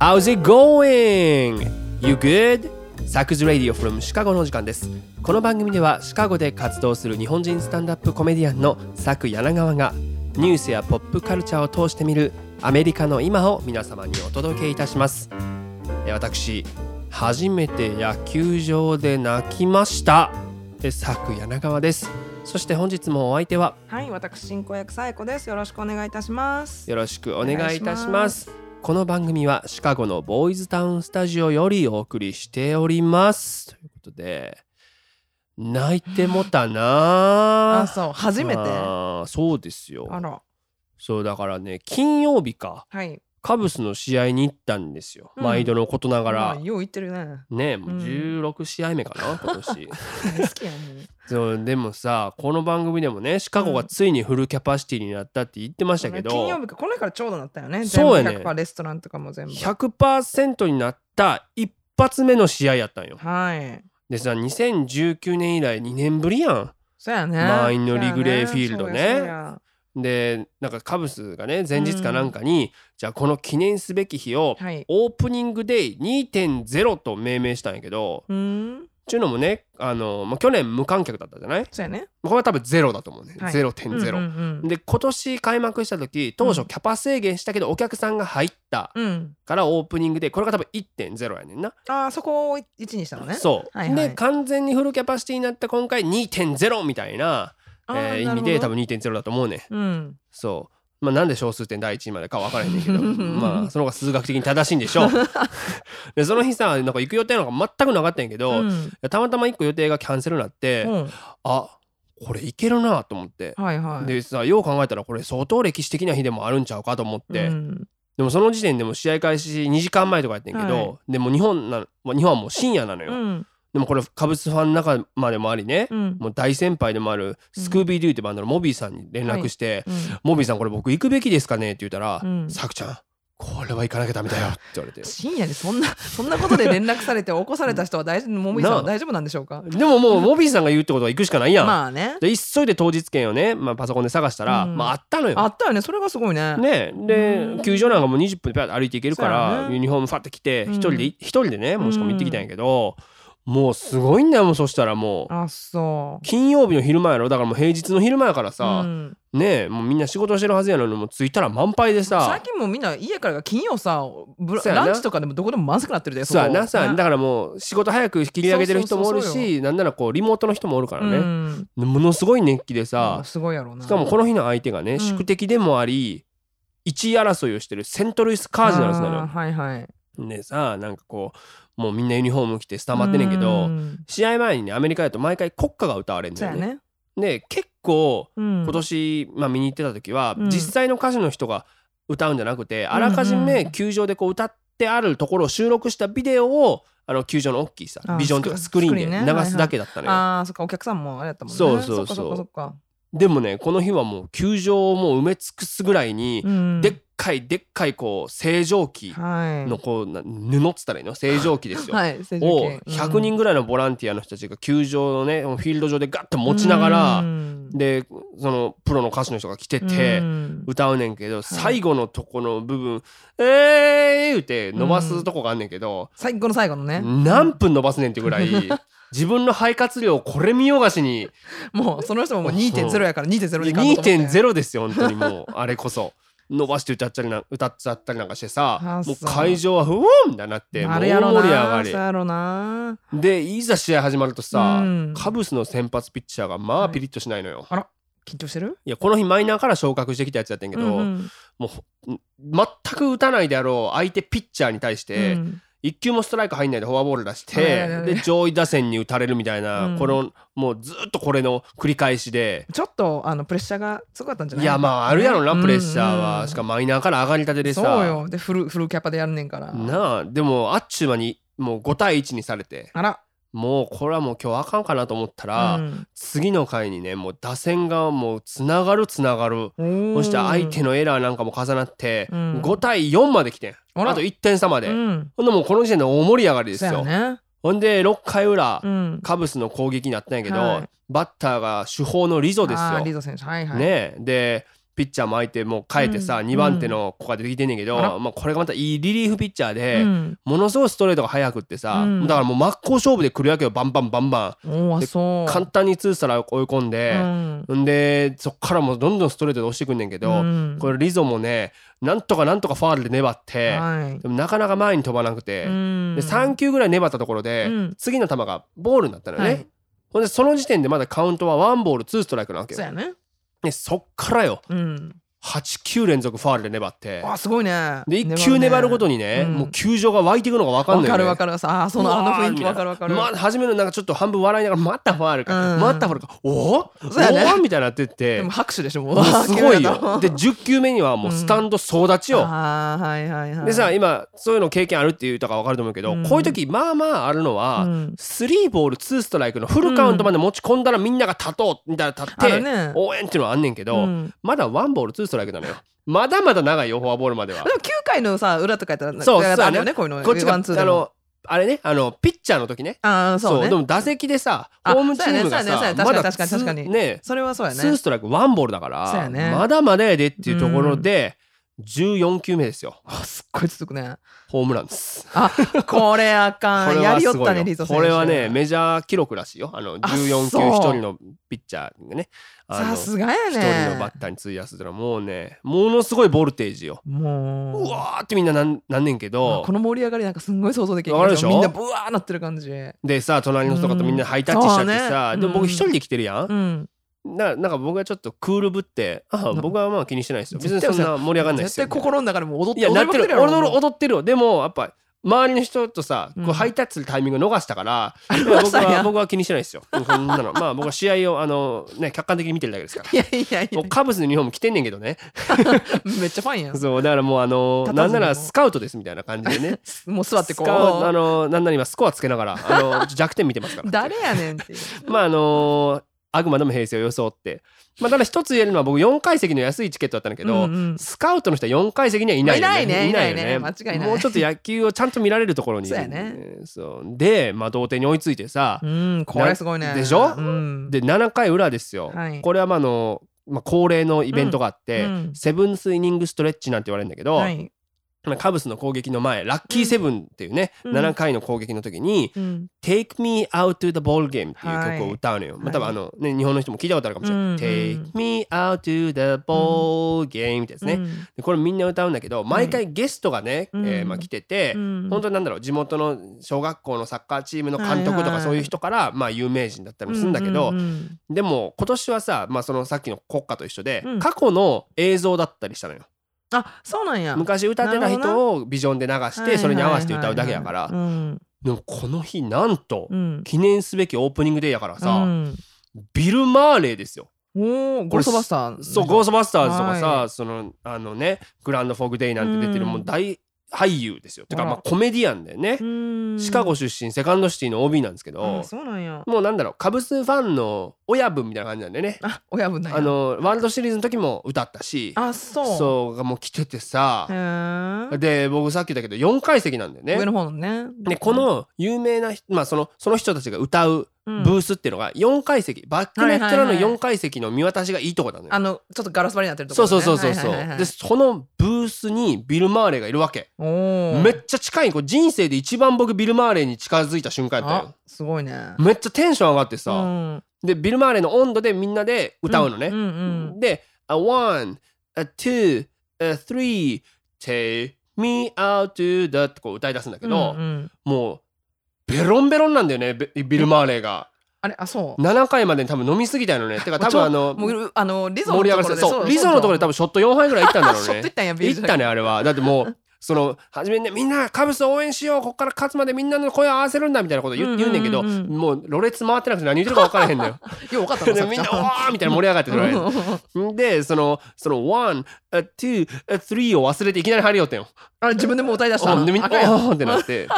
How's it going? You good? サクズ・ラディオ from シカゴのお時間ですこの番組ではシカゴで活動する日本人スタンダップコメディアンのサク・柳川がニュースやポップカルチャーを通して見るアメリカの今を皆様にお届けいたしますえー私初めて野球場で泣きましたえサク・柳川ですそして本日もお相手ははい、私進行役さえこです。よろしくお願いいたします。よろしくお願いいたしおま。願いしますこの番組はシカゴのボーイズタウンスタジオよりお送りしております。ということで、泣いてもたなあ、そう、初めて。ああーそうですよ。ら、そうだからね、金曜日か、はい。カブスの試合に行ったんですよ。うん毎度のことながまらあ、。よう言ってるね。ねもううん16試合目か な、今年 好きやね。そうでもさこの番組でもねシカゴがついにフルキャパシティになったって言ってましたけど、金曜日か、この日からちょうどなったよね。そうやね全部100%レストランとかも全部。 100%になった一発目の試合やったんよ。はい。でさ2019年以来2年ぶりやん。そうやね。満員のリグレーフィールドねそうやそうやでなんかカブスがね前日かなんかに、じゃあこの記念すべき日をはい。オープニングデイ2.0と命名したんやけどうーん。ちゅうのもねあの、まあ、去年無観客だったじゃないそうやね。これは多分ゼロだと思うね、はいうんうん0.0。うんで今年開幕した時当初うんキャパ制限したけどお客さんが入ったうん。からオープニングでこれが多分1.0やねんな。あー、そこを一にしたのね。そう、はいはいで完全にフルキャパシティになった今回2.0みたいな、えあーー意な味るほどで多分2.0だと思うねうん。そうまあなんで小数点第1位までか分からへんねん けどまあその方が数学的に正しいんでしょうでその日さなんか行く予定なんか全くなかったんやけど、うんたまたま1個予定がキャンセルになって、うんあこれいけるなと思って、はいはい。でさよう考えたらこれ相当歴史的な日でもあるんちゃうかと思って、うんでもその時点でもう試合開始2時間前とかやってんけど、はでも日本なまあ日本はもう深夜なのよ、うん。でもこれカブスファンの中までもありね、うん。もう大先輩でもあるスクービー・デューってバンドのモビーさんに連絡して「うんモビーさんこれ僕行くべきですかね?」って言ったら「うんさ、く、ちゃんこれは行かなきゃダメだよ」って言われて深夜にそんな そんなことで連絡されて起こされた人は大丈夫もみさんは大丈夫なんでしょうかでももうモビーさんが言うってことは行くしかないやん、まあねで急いで当日券をね、まあ、パソコンで探したら、うんまああったのよあったよねそれがすごいねね、うでん球場なんかもう20分でピャッと歩いていけるから、そうやねユニフォームファッて来てうん一人で一人でねもうしかも行ってきたんやけど、もうすごいんだよもうそしたらもうあそう金曜日の昼前やろだからもう平日の昼前やからさ、うんねえもうみんな仕事してるはずやのにもう着いたら満杯でさ最近もうみんな家からが金曜さブラそうやなランチとかでもどこでもまずくなってるでそうやこなさねだからもう仕事早く切り上げてる人もおるそうそうそうしなんならこうリモートの人もおるからうね、んものすごい熱気でうさん、すごいやろうなしかもこの日の相手がね、ん宿敵でもあり1位争いをしてるセントルイス・カージナルスなのよあー。はいはいでさなんかこうもうみんなユニフォーム着てスタンバってんねんけど、うん試合前にねアメリカだと毎回国歌が歌われるんそだうよやね。ねで結構今今年、まあ、見に行ってた時は、うん実際の歌手の人が歌うんじゃなくてあらかじうんうめん球場でこう歌ってあるところを収録したビデオをあの球場の大きいさあビジョンとかススククリリーーンンでスクリーンね流すだけだったのよ、ああそっかお客さんもあれやったもんねそうそうそうそっかそっかそっかでもねこの日はもう球場をもう埋め尽くすぐらいに、うんでっかいでっかいこう正常期はいのこうな布っつったらいいの正常期ですよ、はい成人を券100人ぐらいのボランティアの人たちが球場のねフィールド上でガッと持ちながうらんでそのプロの歌手の人が来てうてん歌うねんけど最後のとこの部分「えー!」言うて伸ばすとこがあんねんけど最後の最後のね何分伸ばすねんってぐ らい自分の肺活量をこれ見よがしにもうその人ももう2.0やから2.0に感動と思って2.0ですよ本当にもうあれこそ。伸ばして歌っちゃりな歌っちゃったりなんかしてさあもうそう会場はふーんみたいになってもうあ大れやろ盛なり上がりそうやろなでいざ試合始まるとさ、うんカブスの先発ピッチャーがまあはいピリッとしないのよ、い、緊張してるやこの日マイナーから昇格してきたやつやってんけど、うんうんもうほん全く打たないであろう相手ピッチャーに対して、うん一球もストライク入んないでフォアボール出しあれて、あれあれで上位打線に打たれるみたいな、うんこのもうずっとこれの繰り返しで。ちょっとあのプレッシャーがすごかったんじゃないいやまああるやろな、うんプレッシャーは、うんしかもマイナーから上がりたてでさそうよでフルフルキャパでやんねんからなあでもあっちゅう間にもう5対1にされてあらもうこれはもう今日あかんかなと思ったら、うん次の回にねもう打線がもうつながるつながるそそして相手のエラーなんかも重なって、うん5対4まで来てんあらあと1点差まで、うんほんでもうこの時点で大盛り上がりですそうよ、やねほんで6回裏、うんカブスの攻撃になったんやけど、はいバッターが主砲のリゾですあーよ、リード選手はいはいねえでピッチャーも相手も変えてさ、うん2番手の子が出てきてんねんけど、あらまあ、これがまたいいリリーフピッチャーで、うんものすごいストレートが速くってさ、うんだからもう真っ向勝負で来るわけよバンバンバンバおーであそンう簡単にツーストライク追い込んで、うんんでそっからもうどんどんストレートで押してくんねんけど、うんこれリゾもねなんとかなんとかファールで粘って、はいでもなかなか前に飛ばなくて、うんで3球ぐらい粘ったところで、うん次の球がボールになったのよね、はいほんでその時点でまだカウントはワンボールツーストライクなわけそうよやねでそっからようん8球連続ファールで粘ってあすごいねで1球粘るごとににね、うんもう球場が湧いていくのが分かんわないよ、かね、るわかるさあそのあの雰囲気わかるわかるまあ、初めのなんかちょっと半分笑いながらまたファールか、うんまたファールかおお、そうやねおおみたいになってってでも拍手でしょももううすごい明らかよにで10球目にはもうスタンド総立ちよ、あーはいはいはいでさ今そういうの経験あるっていう人が分かると思うけど、うんこういう時まあまああるのは、うんスリーボールツーストライクのフルカウントまで持ち込んだらみんなが立とうみたいな立っあて、るね応援っていうのはあんねんけど、うんまだワンボールツーストライクなのよまだまだ長いよフォアボールまではでも9回のさ裏とかやったらなんかそうあるそうやよねねこういうのこっちがワあンツーでものあれねあのピッチャーの時ねああそうでねも打席でさあホームチームがそうやねそうさやねまだ確かに確かにツーねそれはそうやねツーストライクワンボールだかそうやら、ねまだまだやでっていうところで、14球目ですよあすっごい続 くねホームランです。あこれあかこんれやはりすよっごたいねリよゾ選手これはねメジャー記録らしいよあのあ14球そう1人のピッチャーがねあのさすがや一人のバねッターに費やすってのはもうねものすごいボルテージよもうわーってみんななんなんねんけあどこの盛り上がりなんかすんごい想像できるわかるでしょみんなブワーなってる感じうでさ隣の人とかとみんなハイタッチしちゃってさ、うんでもそう僕ね一人で来てるやん、んななんか僕はちょっとクールぶってあ僕はまあ気にしてないですよ別に絶対そんな盛り上がんないで絶すよ対心の中でもう踊っいてや踊なりっまくてっるてるやろ俺の踊ってるよでもやっぱ周りの人とさ、うんこうハイタッチするタイミングを逃したからいや逃し僕たんやは僕は気にしてないですようんそんなのまあ僕は試合をあの、ね、客観的に見てるだけですから いやいやいもやうカブスの日本も着てんねんけどねめっちゃファンやんそうだからもうあの佇まいなんもならスカウトですみたいな感じでねもう 座ってこスカウあうのなんなら今スコアつけながらあ の弱点見てますから誰やねんっていうまああの悪魔でも平成を装ってまあただ一つ言えるのは僕4階席の安いチケットだったんだけど、うんうんスカウトの人は4階席にはいないよね。いないねいないよいないね間違いないもうちょっと野球をちゃんと見られるところに。そうやねそうで、まあ、同点に追いついてさ、うんこれすごいねでしょうんで7回裏ですよ。はいこれはまああの、まあ、恒例のイベントがあって、うんうんセブンスイニングストレッチなんて言われるんだけど、はいまあカブスの攻撃の前ラッキーセブンっていうね、うん7回の攻撃の時にうん「Take Me Out to the Ball Game」っていう曲を歌うのよ。いまあ、多分あの、ね、日本の人も聞いたことあるかもしれない。うんうん Take Me Out to the Ball Game ですね。うんでこれみんな歌うんだけど毎回ゲストがね、うんえーまあ、来てて、うん本当になんだろう地元の小学校のサッカーチームの監督とはいかはいそういう人から、まあ、有名人だったりもするんだけど、ううんでも今年はさ、まあ、そのさっきの国歌と一緒で、うん過去の映像だったりしたのよ。あそうなんや昔歌ってたなるほ人をビジョンで流してそれに合わせて歌うだけだから、はいはいはいはいでもこの日なんと、うんうん記念すべきオープニングデーやからさ、うんビル・マーレーですよ。おおゴーストバスターズそう、ゴーストバスターズとかさ、はその、あのね、グランドフォークデイなんて出てる、うんもう大俳優ですよ。てか、あらまあ、コメディアンだよね。うんシカゴ出身、セカンドシティの OB なんですけあど、そうなんやもうなんだろう、カブスファンの親分みたいな感じなんだよね。あ親分なんやあの、ワールドシリーズの時も歌ったし、あそうそうがもう来ててさへ、ーで、僕さっき言ったけど、4階席なんだよ上ねの。方のねで、この有名な人、まあ、その、その人たちが歌うブブースっていうのが4階席、バックネットラの4階席の見渡しがいいとこなのよあ。のちょっとガラス張りになってるとこそうろそうねそうそうそうはいはいはいはいでそのブースにビル・マーレーがいるわけ、おーめっちゃ近いこう人生で一番僕ビル・マーレーに近づいた瞬間やったあよすごいねめっちゃテンション上がってさ、うんでビル・マーレーの温度でみんなで歌うのね、うんうんで「a one a two a three take me out to the」ってこう歌い出すんだけど、うんうんもうベロンベロンなんだよねベビル・マーレーがあれあそう7回までに多分飲みすぎたの ねてか多分あのもうあのリゾ盛のり上とがこらろせでそうリゾのところで多分分ショット4杯ぐらいいったんだろう ショッねトいったんやビー行ルったねあれはだってもうその初めにねみんなカブス応援しようこっから勝つまでみんなの声を合わせるんだみたいなこと言う,、うんんうんうんうん言うんだけどもうろれつ回ってなくて何言ってるか分からへんのよよう分かったでみんな「おー!」みたいな盛り上がってうんるうんうんでそのその「one a two a three」を忘れていきなり張りよってんよ あれ自分でもう歌い出したうんでみんなあかんやん「おー!」ってなって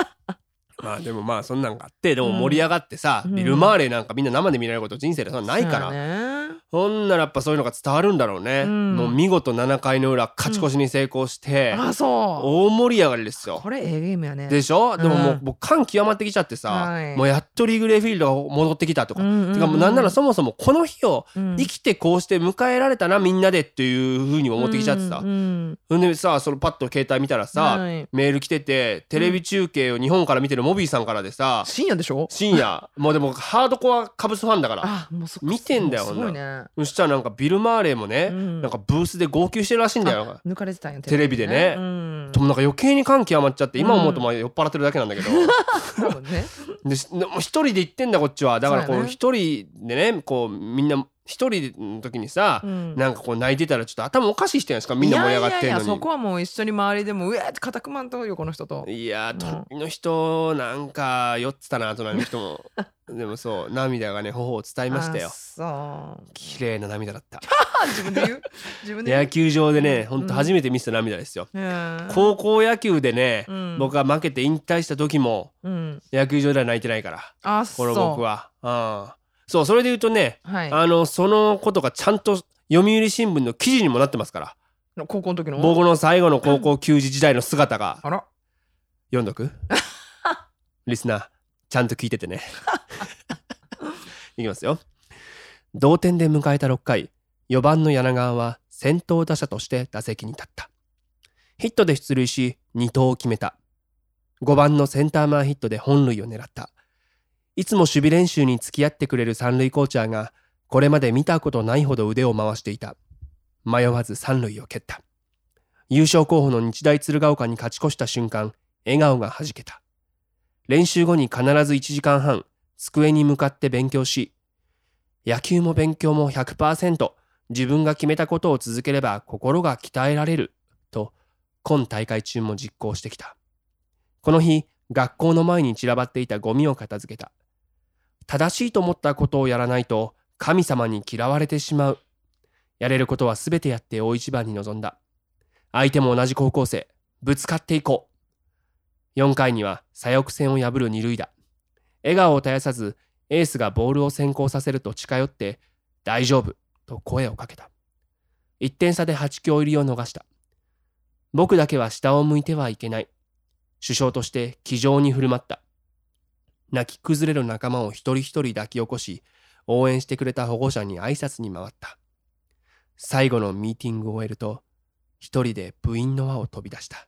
まあでもまあそんなんがあってでも盛り上がってさ、うんビル・マーレーなんかみんな生で見られること人生でそんなないから、そうやねほんならやっぱそういうのが伝わるんだろうね、うんもう見事7回の裏勝ち越しに成功して、あそ大盛り上がりですうよこれええゲームやねでしょでももう,、うんもう感極まってきちゃってさ、はいもうやっとリーグレーフィールドが戻ってきたとか、てかもうなんならそもそもこの日を生生きてこうして迎えられたなみんなでっていうふうに思ってきちゃってさ、うんうんほんでさそのパッと携帯見たらさ、はいメール来ててテレビ中継を日本から見てるモビーさんからでさ、深夜でしょ深夜もうでもハードコアカブスファンだからあもうそ見てんだよすごいねそしたらなんかビル・マーレーもね、うんなんかブースで号泣してるらしいんだよあ。抜かれてたんやテレビでねうんでもなんか余計に感極まっちゃって今思うとうんまあ酔っ払ってるだけなんだ けど、多分ねでしもう一人で行ってんだこっちはだからこそううやね一人でねこうみんな一人の時にさ、うんなんかこう泣いてたらちょっと頭おかしい人じゃないですかみんな盛り上がってんいやいやいのやに。そこはもう一緒に周りでもうえーって固くまんとよこの人といやーうん隣の人なんか酔ってたな隣の人も でもそう涙がね頬を伝いましたよあそう綺麗な涙だったあ 自分で言う自分で言野う球場でねほんとうん初めて見せた涙ですよ、うん高校野球でね、うん僕が負けて引退した時もうん野球場では泣いてないからあこそのう僕はうんそうそれで言うとね、はいあのそのことがちゃんと読売新聞の記事にもなってますからの高校の時の僕の最後の高校球児時代の姿があら読んどくリスナーちゃんと聞いててね いきますよ同点で迎えた6回4番の柳川は先頭打者として打席に立ったヒットで出塁し2投を決めた5番のセンターマンヒットで本塁を狙ったいつも守備練習に付き合ってくれる三塁コーチャーがこれまで見たことないほど腕を回していた迷わず三塁を蹴った優勝候補の日大鶴ヶ丘に勝ち越した瞬間笑顔がはじけた。練習後に必ず1時間半、机に向かって勉強し、野球も勉強も100%、自分が決めたことを続ければ心が鍛えられる、と、今大会中も実行してきた。この日、学校の前に散らばっていたゴミを片付けた。正しいと思ったことをやらないと、神様に嫌われてしまう。やれることは全てやって大一番に臨んだ。相手も同じ高校生、ぶつかっていこう。4回には左翼線を破る二塁打笑顔を絶やさずエースがボールを先行させると近寄って「大丈夫」と声をかけた1点差で8強入りを逃した僕だけは下を向いてはいけない首相として気丈に振る舞った泣き崩れる仲間を一人一人抱き起こし応援してくれた保護者に挨拶に回った最後のミーティングを終えると一人で部員の輪を飛び出した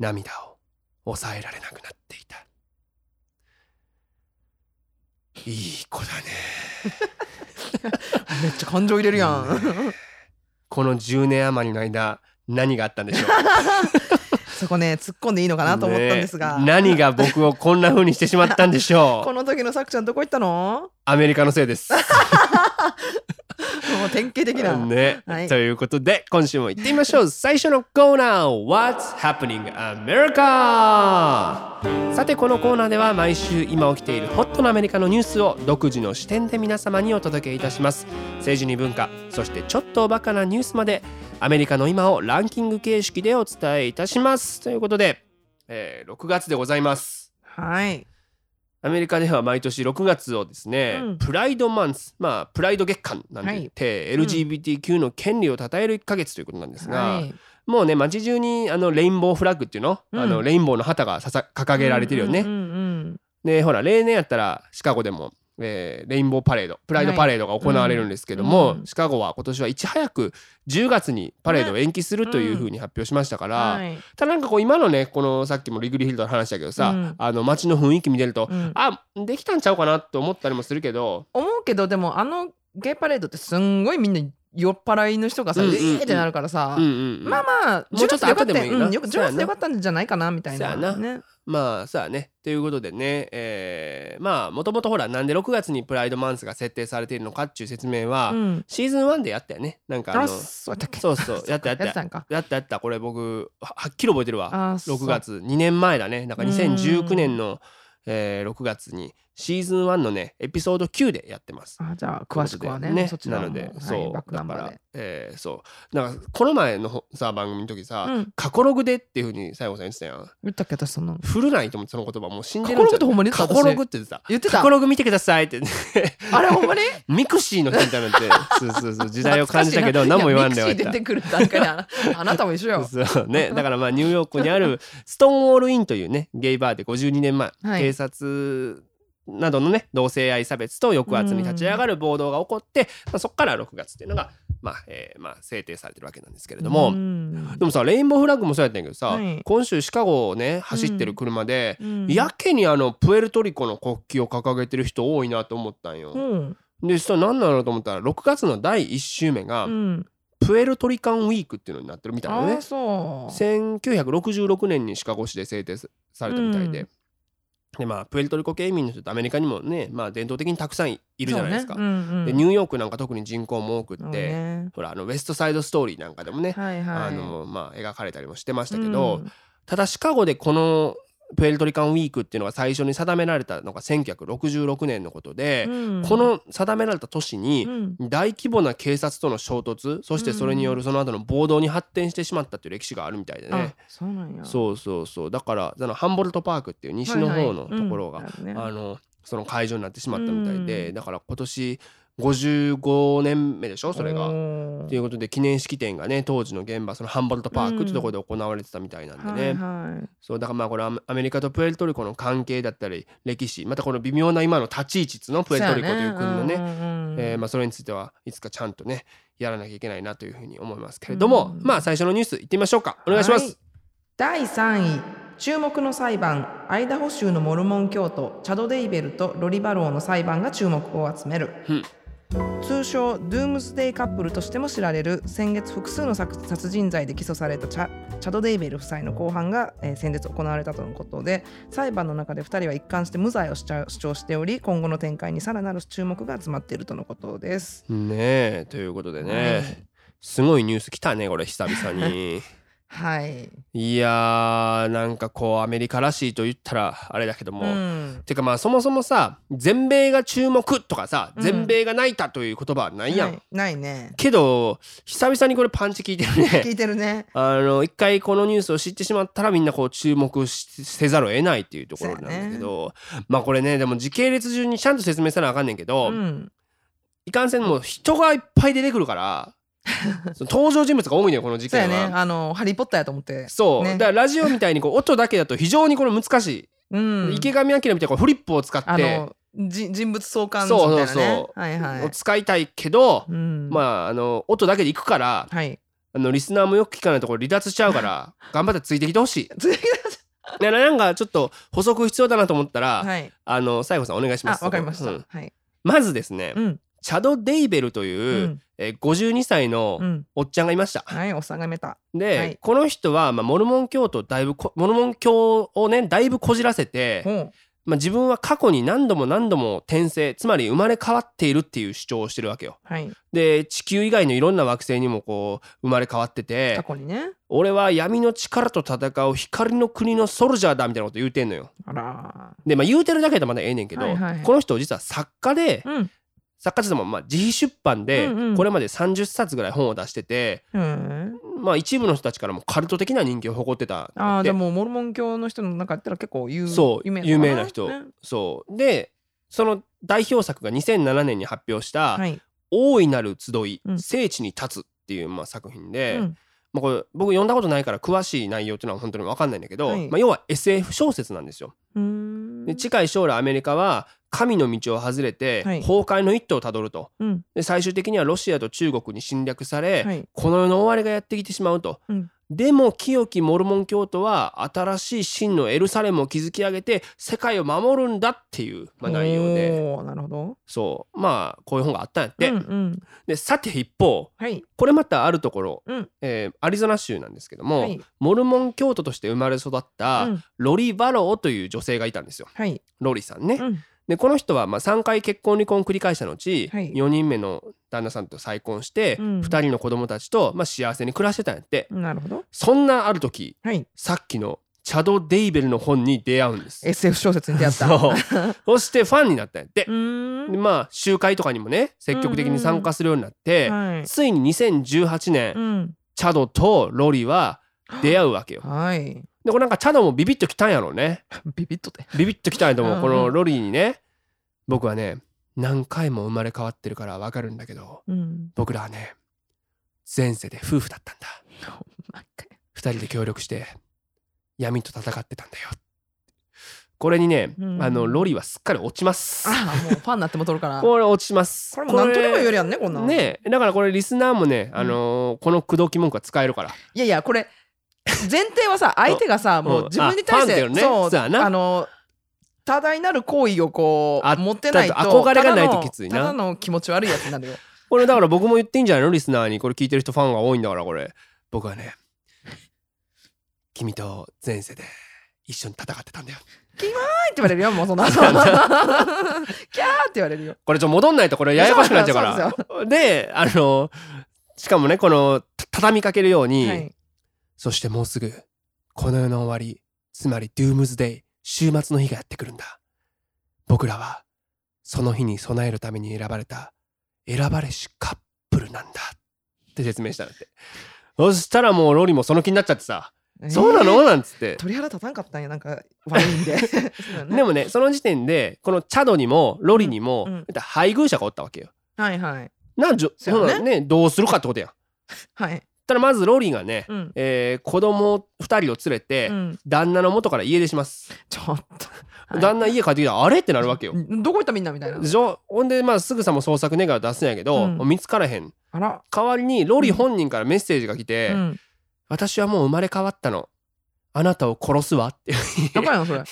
涙を抑えられなくなっていたいい子だねめっちゃ感情入れるやんこの10年余りの間何があったんでし ょう そこね突っ込んでいいのかなと思ったんですがねえ何が僕をこんな風にしてしまったんでしょ こうの時のさくちゃんどこ行ったのアメリカのせいです、もう典型的な、ねはいということで今週も行ってみましょう最初のコーナー What's Happening America さてこのコーナーでは毎週今起きているホットなアメリカのニュースを独自の視点で皆様にお届けいたします政治に文化そしてちょっとおバカなニュースまでアメリカの今をランキング形式でお伝えいたしますということで、えー6月でございますはいアメリカでは毎年6月をですね、うんプライドマンスまあプライド月間なんて言って、LGBTQ の権利を称える1ヶ月ということなんですが、はいもうね街中にあのレインボーフラッグっていうの,、うんあのレインボーの旗がささ掲げられてるよね。うんうんうんでほら例年やったらシカゴでも、えーレインボーパレードプライドパレードが行われるんですけども、はいうんシカゴは今年はいち早く10月にパレードを延期するというふうに発表しましたから、はいただなんかこう今のねこのさっきもリグリーヒルドの話だけどさ、うんあの街の雰囲気見てると、うんあできたんちゃうかなと思ったりもするけど思うけどでもあのゲイパレードってすんごいみんな酔っ払いの人がさ、ううんうんうんえーってなるからさ、うんうんうんまあまあもうちょっと後でもいいな10月でよかったそうやよなうんよく10月でよかったんじゃないかなみたいなそうやなねまあさあねということでね、えーまあもともとほらなんで6月にプライドマンスが設定されているのかっていう説明は、うん、シーズン1でやったよねなんかあのあそうやったっけそうそうやったやったやってたんかやったやったこれ僕ははっきり覚えてるわあそう6月2年前だねなんかうん2019年の、えー6月にシーズン1のねエピソード9でやってます。あじゃあ詳しくはねそっちらなもので、はいそうバックナだンかバーらで、えー、そうだからこの前のほさ番組の時さ、うん過去ログでっていうふうに西郷さん言ってたやん言ったっけ私そんなの振るないと思ってその言葉もう死ん過で去るんロじゃグなってほんまいに言った過去ログってさ言って過た去ログ見てくださいってあれほんまにミクシーの時みたいになってそうそうそう時代を感じたけど何も言わんでよいやミクシー出てくる段階であなあなたも一緒よそうね、だからまあニューヨークにあるストーンウォールインというねゲイバーで52年前、はい警察などのね同性愛差別と抑圧に立ち上がる暴動が起こって、まあ、そこから6月っていうのが、まあえーまあ、制定されてるわけなんですけれども、うんでもさレインボーフラッグもそうやったんやけどさ、はい今週シカゴをね走ってる車で、うんやけにあのプエルトリコの国旗を掲げてる人多いなと思ったんよ。うんでそしたら何なのと思ったら6月の第1週目が、うんプエルトリカンウィークっていうのになってるみたいなあねあ。そう1966年にシカゴ市で制定されたみたいで,、うんでまあ、プエルトリコ系移民の人ってアメリカにもね、まあ、伝統的にたくさんいるじゃないですか、そうねうんうんでニューヨークなんか特に人口も多くって、そうねほらあのウエスト・サイド・ストーリーなんかでもね、はいはいあのまあ、描かれたりもしてましたけど、ただシカゴでこのプエルトリカンウィークっていうのが最初に定められたのが1966年のことで、この定められた年に、大規模な警察との衝突そしてそれによるその後の暴動に発展してしまったという歴史があるみたいでね、ねそうなんやそうそうそうだからあのハンボルトパークっていう西の方のところが、はいはいうんああるねのその会場になってしまったみたいで、うんだから今年55年目でしょそれが。おーということで記念式典がね当時の現場そのハンボルトパークってところで行われてたみたいなんでね、はいはいそうだからまあこれアメアメリカとプエルトリコの関係だったり歴史またこの微妙な今の立ち位置っつうのプエルトリコという国のねそうやうんうんえーまあ、それについてはいつかちゃんとねやらなきゃいけないなというふうに思いますけれども、うんまあ最初のニュースいってみましょうかお願いします、はい第3位注目の裁判アイダホ州のモルモン教徒チャド・デイベルとロリバローの裁判が注目を集める、通称ドゥームスデイカップルとしても知られる先月複数の殺殺人罪で起訴されたチャチャド・デイベル夫妻の公判が、えー先日行われたとのことで裁判の中で2人は一貫して無罪を主張主張しており今後の展開にさらなる注目が集まっているとのことです。ねえということでね、はいすごいニュース来たねこれ久々 にはい、いやーなんかこうアメリカらしいと言ったらあれだけども、んてかまあそもそもさ全米が注目とかさうん全米が泣いたという言葉はないやん、はいないねけど久々にこれパンチ効いてる聞 ねいて るね。あの一回このニュースを知ってしまったらみんなこう注目しせざるを得ないっていうところなんですけど、まあこれねでも時系列順にちゃんと説明せなあかんねんけど、うんいかんせんもう人がいっぱい出てくるから その登場人物が多いのよこの事そうや件ね。は。あの、ハリー・ポッターやと思って。そうねだからラジオみたいにこう音だけだと非常にこれ難しい、うん。池上彰みたいにこうフリップを使っあての、じ人物相関図みたいなそね。うそうそうはいはをい。使いたいけど、うん。まああの音だけでいくからあ。はい。あのリスナーもよく聞かないとこれ離脱しちゃうから頑張ってついてきてほしい。いやなんかちょっと補足必要だなと思ったら、はい。あの西郷さんお願いしまあす。、わかりましうたん。はい。まずですね、うん。チャド・デイベルというう、ん。えー52歳のうん。おっちゃんがいました。はい、おさがめた。で、はいこの人は、まあ、モルモン教とだいぶこモルモン教をねだいぶこじらせて、ほまあ、自分は過去に何度も何度も転生つまり生まれ変わっているっていう主張をしてるわけよ。はい。で地球以外のいろんな惑星にもこう生まれ変わってて過去にね。俺は闇の力と戦う光の国のソルジャーだみたいなこと言うてんのよ。あら。で、まあ、言うてるだけでまだええねんけど、はいはいこの人実は作家で、うん。作家自体もまあ自費出版でうんうんこれまで30冊ぐらい本を出してて、うん。まあ、一部の人たちからもカルト的な人気を誇ってたんあだっあ、てでも、モルモン教の人の中やったら結構有そう有名な人ねそうでその代表作が2007年に発表したはい。 「大いなる集い、うん聖地に立つ」っていうまあ作品で、うんまあ、これ僕読んだことないから詳しい内容っていうのは本当に分かんないんだけど、はいまあ、要は SF 小説なんですよ。うーん。で近い将来アメリカは神の道を外れてはい崩壊の一途をたどるとうん。で最終的にはロシアと中国に侵略され、はい。この世の終わりがやってきてしまうと、うんでも清きモルモン教徒は新しい真のエルサレムを築き上げて世界を守るんだっていう、まあ、内容でおーなるほど。そうまあこういう本があったんやって、うんうん。でさて一方はい。これまたあるところ、うんえーアリゾナ州なんですけども、はい。モルモン教徒として生まれ育った、うんロリ・バローという女性がいたんですよはい。ロリさんね。うん。でこの人はまあ3回結婚離婚を繰り返した後、はい4人目の旦那さんと再婚して、うん2人の子供たちとまあ幸せに暮らしてたんやって。なるほど。そんなある時はい。さっきのチャド・デイベルの本に出会うんです。 SF 小説に出会っ た そうそしてファンになったんやってう。ーんでまあ集会とかにもね積極的に参加するようになって、はいついに2018年、うんチャドとロリは出会うわけよ。はいでこれなんかチャドもビビッときたんやろうね。ビビッとでビビッときたんやと思ううんこのロリにね僕はね何回も生まれ変わってるからわかるんだけどうん僕らはね前世で夫婦だったんだ毎回二人で協力して闇と戦ってたんだよこれにね、うんあのロリはすっかり落ちますああもうファンになってもとるからここれ落ちますれもなんとでも言えこるやんねこれんなんねえだからこれリスナーもね、あのーこの口説き文句は使えるからいやいやこれ前提 はさ相手がさもう自分に対しあフてァンだよねそうそうやなあの多大なる行為をこあう持ってないとだと憧れがないときついなただのただの気持ち悪いやつにな るよこれだから僕も言っていいんじゃないのリスナーにこれ聞いてる人ファンが多いんだからこれ僕はね君と前世で一緒に戦ってたんだよはいって言われるよもうそんなキャーって言われるよこれちょっと戻んないとこれややこしくなっちゃうそうからであのしかもねこのた畳みかけるように、はいそしてもうすぐこの世の終わりつまりドゥームズデイ終末の日がやってくるんだ僕らはその日に備えるために選ばれた選ばれしカップルなんだって説明したんだってそしたらもうロリもその気になっちゃってさ「そうなえの?」ーなんつって鳥肌立たんかったんやなんか悪い んでそうだねでもねその時点でこのチャドにもロリにもうんうん言ったら配偶者がおったわけよはいはいなんじょそそうよねうなのねどうするかってことやんはいただまずロリがね、うんえー子供2人を連れて、うん旦那の元から家出しますちょっと はい旦那家帰ってきたらあれってなるわけよ。どこ行ったみんなみたいなでしょほんでまあすぐさま捜索願いを出すんやけど、うん見つからへんあら代わりにロリ本人からメッセージが来て「うん私はもう生まれ変わったのあなたを殺すわ」っていう やばいなそれ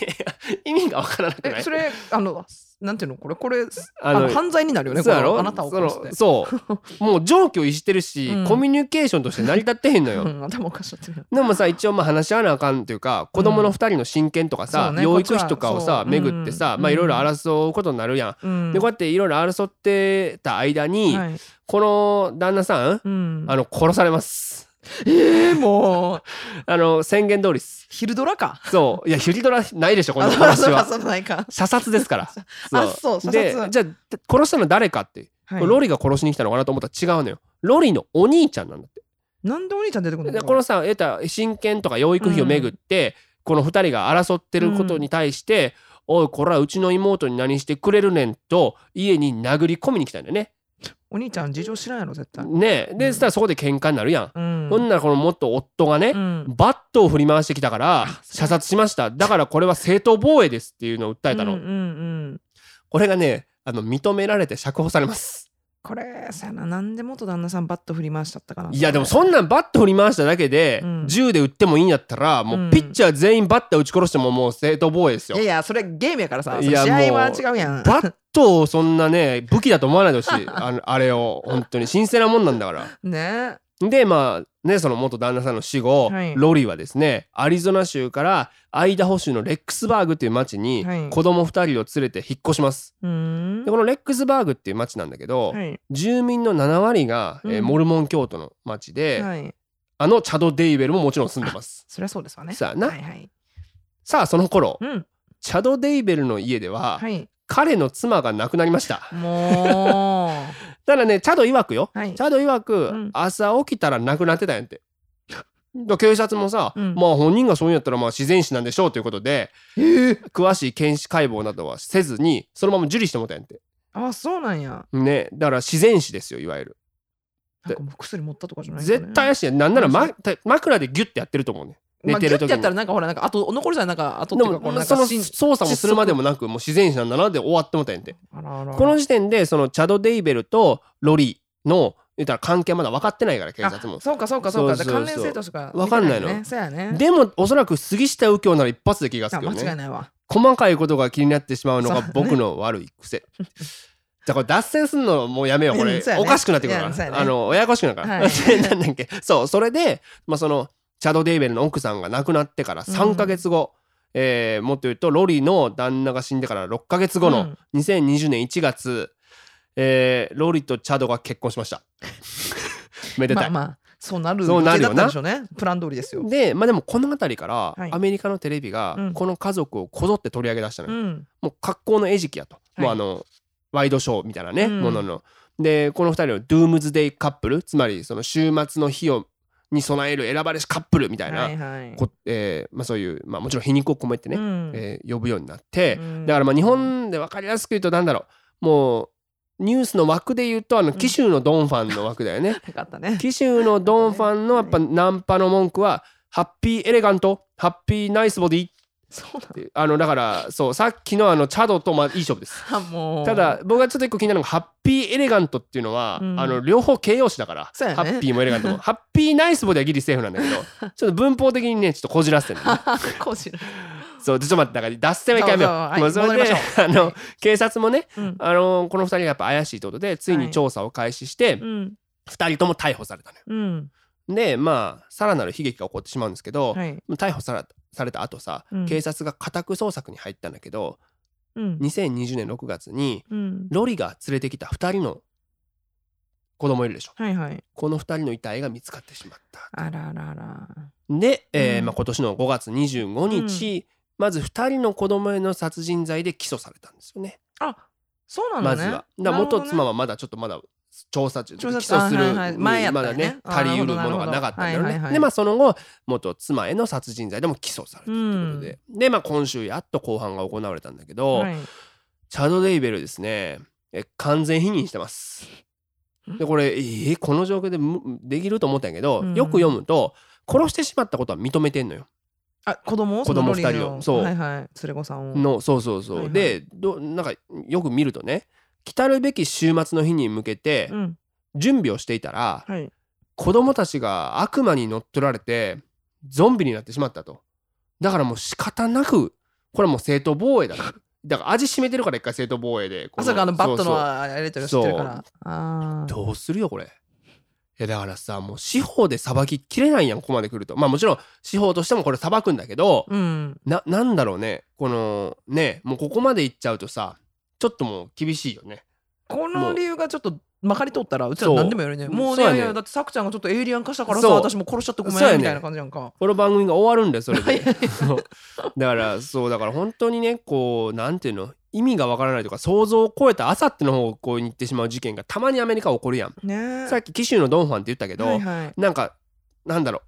意味がわからなくなえいそれあのなんていうのこれこれああの犯罪になるよねこそうれやろあなたを殺してその そうもう常軌を逸してるし、うんコミュニケーションとして成り立ってへんのよ、うん、頭おかしちゃってる。でもさ一応まあ話し合わなあかんというか子供の2人の親権とかさ、そうね養育費とかをさこっちはそう巡ってさ、うんまあいろいろ争うことになるやん、うんでこうやっていろいろ争ってた間に、はいこの旦那さん、うん、あの殺されます。ええもうあの宣言通りです。昼ドラか。そういやヒルドラないでしょこのあ話そうかは。そうかないか。射殺ですから。あそう射殺でじゃあ殺したの誰かって、はい、ロリが殺しに来たのかなと思ったら違うのよ。ロリのお兄ちゃんなんだって。なんでお兄ちゃん出てくるの？でこのさ得た親権とか養育費をめぐって、この二人が争ってることに対して、おいこれはうちの妹に何してくれるねんと家に殴り込みに来たんだよね。お兄ちゃん事情知らんやろ絶対。ねえで、うんそしたらそこで喧嘩になるやん。うん。ほんならこの元夫がね、うん。バットを振り回してきたから射殺しましただからこれは正当防衛ですっていうのを訴えたの、うんうんうん。これがねあの認められて釈放されますこれさななんで元旦那さんバット振り回しちゃったかな。いやでもそんなんバット振り回しただけで、うん銃で撃ってもいいんやったらもううんピッチャー全員バッター撃ち殺してももう正当防衛ですよ、いやいやそれゲームやからさ。それい試合やはもう違うやん。バットをそんなね武器だと思わないでほしいあのあれを本当に神聖なもんなんだから ね。でまあねその元旦那さんの死後、はいロリはですねアリゾナ州からアイダホ州のレックスバーグという町にはい子供2人を連れて引っ越します、うーんで。このレックスバーグっていう町なんだけど、はい住民の7割が、えーうんモルモン教徒の町で、はい。あのチャド・デイベルももちろん住んでます。そりゃそうですわね。さあなはいはい。さあその頃うん。チャド・デイベルの家では、はい。彼の妻が亡くなりました。もただねチャド曰くよ、はいチャド曰く、うん朝起きたら亡くなってたんやって。だ警察もさ、うんまあ本人がそういうんやったらまあ自然死なんでしょうということで、う。ええ。詳しい検視解剖などはせずにそのまま受理してもらったんやって。あそうなんや。ねだから自然死ですよいわゆる。なんかもう薬持ったとかじゃないんだね絶対やしなんなら、まうん、た枕でギュッてやってると思うね。寝てる時にまあ、ギュッやったらなんかほらなんかあと残りじゃなんかあとってでいうかこのもなんそかのしん操作もするまでもなくもう自然死なんだなで終わってもうたんやんてあらあらこの時点でそのチャド・デイベルとロリの言ったら関係はまだ分かってないから警察もあそうかそうかそうかそうそうそうだから関連性としかわかんないの見てねそうやねでもおそらく杉下右京なら一発で気がつあくよ間違いねないわ細かいことが気になってしまうのがそうね僕の悪い癖じゃあこれ脱線すんのもうやめようこうれんそうやねおかしくなってくるかいやそうやらねあのややこしくなるからはいで なんだっけそうそれでまあそのチャド・デイベルの奥さんが亡くなってから3ヶ月後えーもっと言うとロリの旦那が死んでから6ヶ月後うのん2020年1月、えーロリとチャドが結婚しました。めでたい。まあまあそうなるそうなるよな予定だったんでしょうねプラン通りですよ。でまあでもこの辺りから、はいアメリカのテレビがうんこの家族をこぞって取り上げ出したのうよ、んもう格好の餌食やと、はいもうあのワイドショーみたいなね、うんもののでこの2人のドゥームズデイカップルつまりその週末の日をに備える選ばれしカップルみたいな、はいはいこえーまあ、そういう、まあ、もちろん皮肉を込めてね、うんえー呼ぶようになって、うんだからまあ日本で分かりやすく言うとなんだろうもうニュースの枠で言うとあのん紀州のドンファンの枠だよね よかったね。紀州のドンファンのやっぱナンパの文句は「ハッピーエレガントハッピーナイスボディ」そうなってあのだからそうさっきのあのチャドとまあいい勝負ですんだもうただ僕がちょっと一個気になるのがハッピーエレガントっていうのは、うんあの両方形容詞だから、そうやねハッピーもエレガント もハッピーナイスボディはギリセーフなんだけどちょっと文法的にねちょっとこじらせてる のね こじらそうでちょっと待ってだから脱線は一回目ようもそううそそうはいれで戻りま しあの警察もねうんあのこの2人がやっぱ怪しいということでついに調査を開始して、うん2人とも逮捕されたのようんでまあさらなる悲劇が起こってしまうんですけど、はい逮捕されされた後さ、うん警察が家宅捜索に入ったんだけどうん2020年6月にうんロリが連れてきた2人の子供いるでしょはいはいこの2人の遺体が見つかってしまったあらあらあらで、えーうんまあ、今年の5月25日、まず2人の子供への殺人罪で起訴されたんですよねあそうなんだまねずはだからなるほど元ね妻はまだちょっとまだ調査中起調査中訴するあはいはい前やったまよだねねあ足りうるなもるほのどがなかったんだよね、はいはいはいでまあその後元妻への殺人罪でも起訴されたということで、でまあ今週やっと公判が行われたんだけど、はいチャド・デイベルですねえ完全否認してます。でこれえーこの状況でむできると思ったんやけど、うんよく読むと殺してしまったことは認めてんのよ。あ子供を子供そのロリ二人のをそうはいはい連れ子さんをのそうそうそう。はいはいでどなんかよく見るとね来たるべき週末の日に向けてうん準備をしていたら、はい子供たちが悪魔に乗っ取られてゾンビになってしまったと。だからもう仕方なくこれはもう正当防衛だから。だから味しめてるから一回正当防衛で。こまさかあのバットそうそうのやりとりを知ってるからあーどうするよこれ。いやだからさもう司法で裁ききれないやんここまで来るとまあもちろん司法としてもこれ裁くんだけどうんななんだろうねこのねもうここまでいっちゃうとさちょっともう厳しいよねこものう理由がちょっとまかり通ったらうちらそう何でもやるねもうそねうやいねやいやだってさくちゃんがちょっとエイリアン化したからさそう私も殺しちゃってごめそうやねんみたいな感じやんかこの番組が終わるんだよそれいでやいそうだからそうだから本当にねこうなんていうの意味がわからないとか想像を超えたあさっての方向に行ってしまう事件がたまにアメリカは起こるやんねえさっき紀州のドンファンって言ったけど、はいはいなんかなんだろう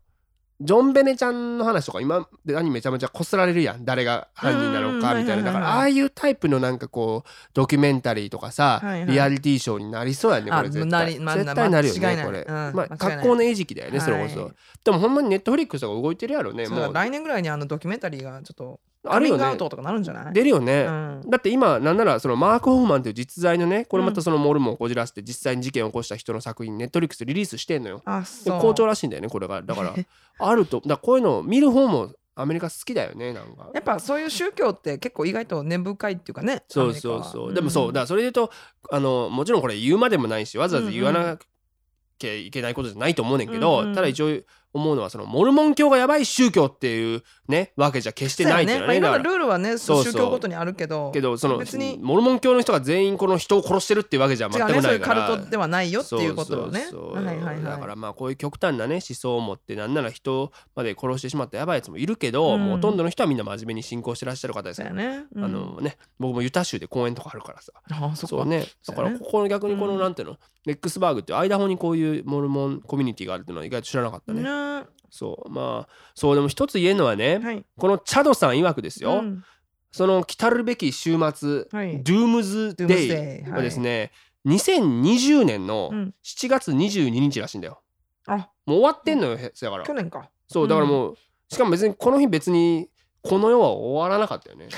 ジョンベネちゃんの話とか今で何めちゃめちゃこすられるやん誰が犯人なのかうんみたいなはいはいはいだからああいうタイプのなんかこうドキュメンタリーとかさ、はいはいリアリティショーになりそうやねこあれ絶な対りま絶対なるよ間違ねいないこれ、うんま間違あいない格好の餌食だよねそれこそ、はいでもほんまにネットフリックスとか動いてるやろねそうだもう来年ぐらいにあのドキュメンタリーがちょっとあるよカミングアねウトとかなるんじゃない出るよね、うんだって今なんならそのマーク・ホフマンっていう実在のねこれまたそのモルモンをこじらせて実際に事件を起こした人の作品ネットフリックスリリースしてんのよあでそう好調らしいんだよねこれがだから あるとだからこういうのを見る方もアメリカ好きだよねなんかやっぱそういう宗教って結構意外と根深いっていうかねそうそうそう、アメリカはでもそうだからそれで言うとあのもちろんこれ言うまでもないしわざわざ言わうんうなきゃいけないことじゃないと思うねんけど、うんうんただ一応思うのはそのモルモン教がやばい宗教っていうねわけじゃ決してないっていうのはそうねやねまだかあいろんらなルールはねそうそう宗教ごとにあるけどけどその別にモルモン教の人が全員この人を殺してるっていうわけじゃ違全くうねそうないいうかカら。ルトではないよっていうことをねそうそうそうはいはいはいだからまあこういう極端なね思想を持ってなんなら人まで殺してしまったやばいやつもいるけど、うんもうほとんどの人はみんな真面目に信仰してらっしゃる方ですそうかやら、ね、うんあのね僕もユタ州で公園とかあるからさあそっそうかねだそうかやねらここの逆にこうのんなんていうの、レックスバーグっていうアイダホにこういうモルモンコミュニティがあるっていうのは意外と知らなかったね、ねそうまあそうでも一つ言えるのはね、はいこのチャドさん曰くですよ、うんその来たるべき週末、はいドゥームズデ Doomsday イははいですね、2020年のうん7月22日らしいんだよ。あもう終わってんのよ、へせやから去。年かそうだからもう、しかも別にこの日別にこの世は終わらなかった よね。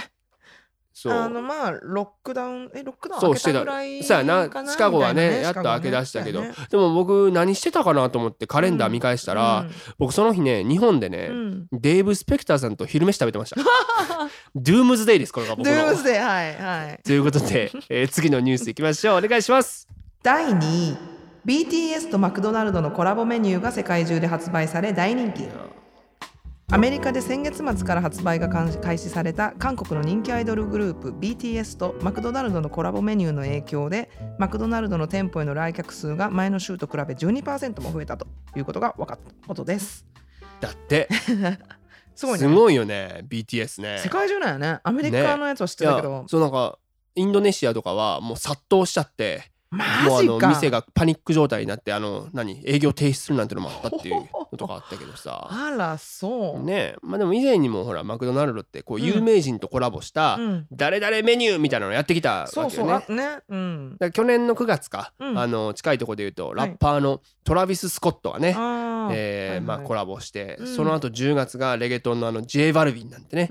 そうあのまあロックダウンえロックダウンそう明けしてたぐらいさあなかシカゴはねみたいなやっと明け出したけどシカゴねでも僕何してたかなと思ってカレンダー見返したら、僕その日ね日本でね、うんうんデーブ・スペクターさんと昼飯食べてま した。ドゥームズデイですこれが僕ドゥームのズ。デーはいはいということで、えー次のニュースいきましょうお願いします。第2位 BTS とマクドナルドのコラボメニューが世界中で発売され大人気アメリカで先月末から発売が開開始された韓国の人気アイドルグループ BTS とマクドナルドのコラボメニューの影響でマクドナルドの店舗への来客数が前の週と比べ12%も増えたということが分かったことです。 だってすごいすね。ごいよね BTS ね世界中なんやね。アメリカのやつは知っいてたけやど、そうなんかインドネシアとかはもう殺到しちゃってもうマあジのか。店がパニック状態になってあの何営業停止するなんてのもあったっていうのとかあったけどさあらそう。ねえまあでも以前にもほらマクドナルドってこううん有名人とコラボしたうん。誰々メニューみたいなのやってきたわけよそうね。そうあね。うん。だから去年の9月か、うんあの近いところで言うといラッパーのトラビス・スコットがね、ああ。えーはいはいまあ、コラボして、うんその後10月がレゲトンのあの J ・バルビンなんてね、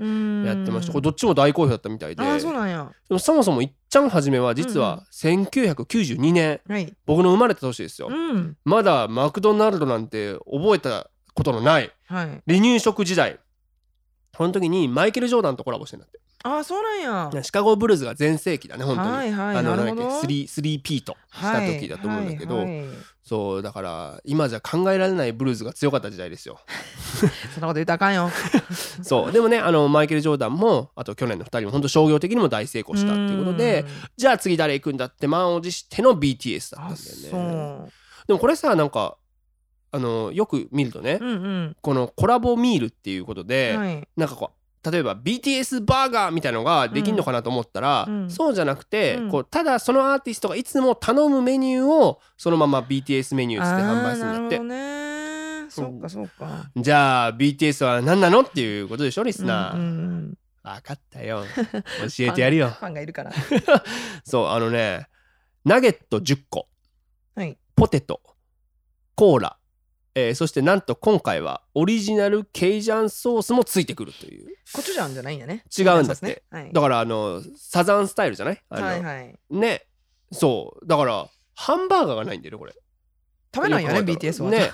ややってましたこれどっちも大好評だったみたいでああそうなんや。でもそもそもいっちゃんはじめは実うんうは1992年、はい。僕の生まれた年ですよ、うん。まだマクドナルドなんて覚えたことのないはい。離乳食時代この時にマイケル・ジョーダンとコラボしてんだってああそうなんや。シカゴブルーズが全盛期だね本当に、はいはい。あのななんるだっけほど。スリースリーピートした時だと思うんだけど、はいはいはいそうだから今じゃ考えられないブルーズが強かった時代ですよそんなこと言ったらあかんよ。そうでもねあのマイケル・ジョーダンもあと去年の2人も本当商業的にも大成功したっていうことでん、じゃあ次誰行くんだって満を持しての BTS だったあんだそよねう。でもこれさなんかあのよく見るとね、うんこのコラボミールっていうことうで、ん。はい。なんかこう例えば BTS バーガーみたいのができるのかなと思ったら、うんうんそうじゃなくて、うんこうただそのアーティストがいつも頼むメニューをそのまま BTS メニューとして販売するんだってあー。なるほどね。そうかそうか。じゃあ BTS は何なのっていうことでしょリスナー、うんうん分かった よ教えてやるよファンがいる から。そうあのねナゲット10個はい。ポテトコーラ、えーそしてなんと今回はオリジナルケイジャンソースもついてくるというコチュジャンじゃないんやね。違うんだってそうですねはい。だからあのサザンスタイルじゃないあの、はいはい。ねそうだからハンバーガーがないんだよねこれ食べないよねよく考えたら BTS は。ね。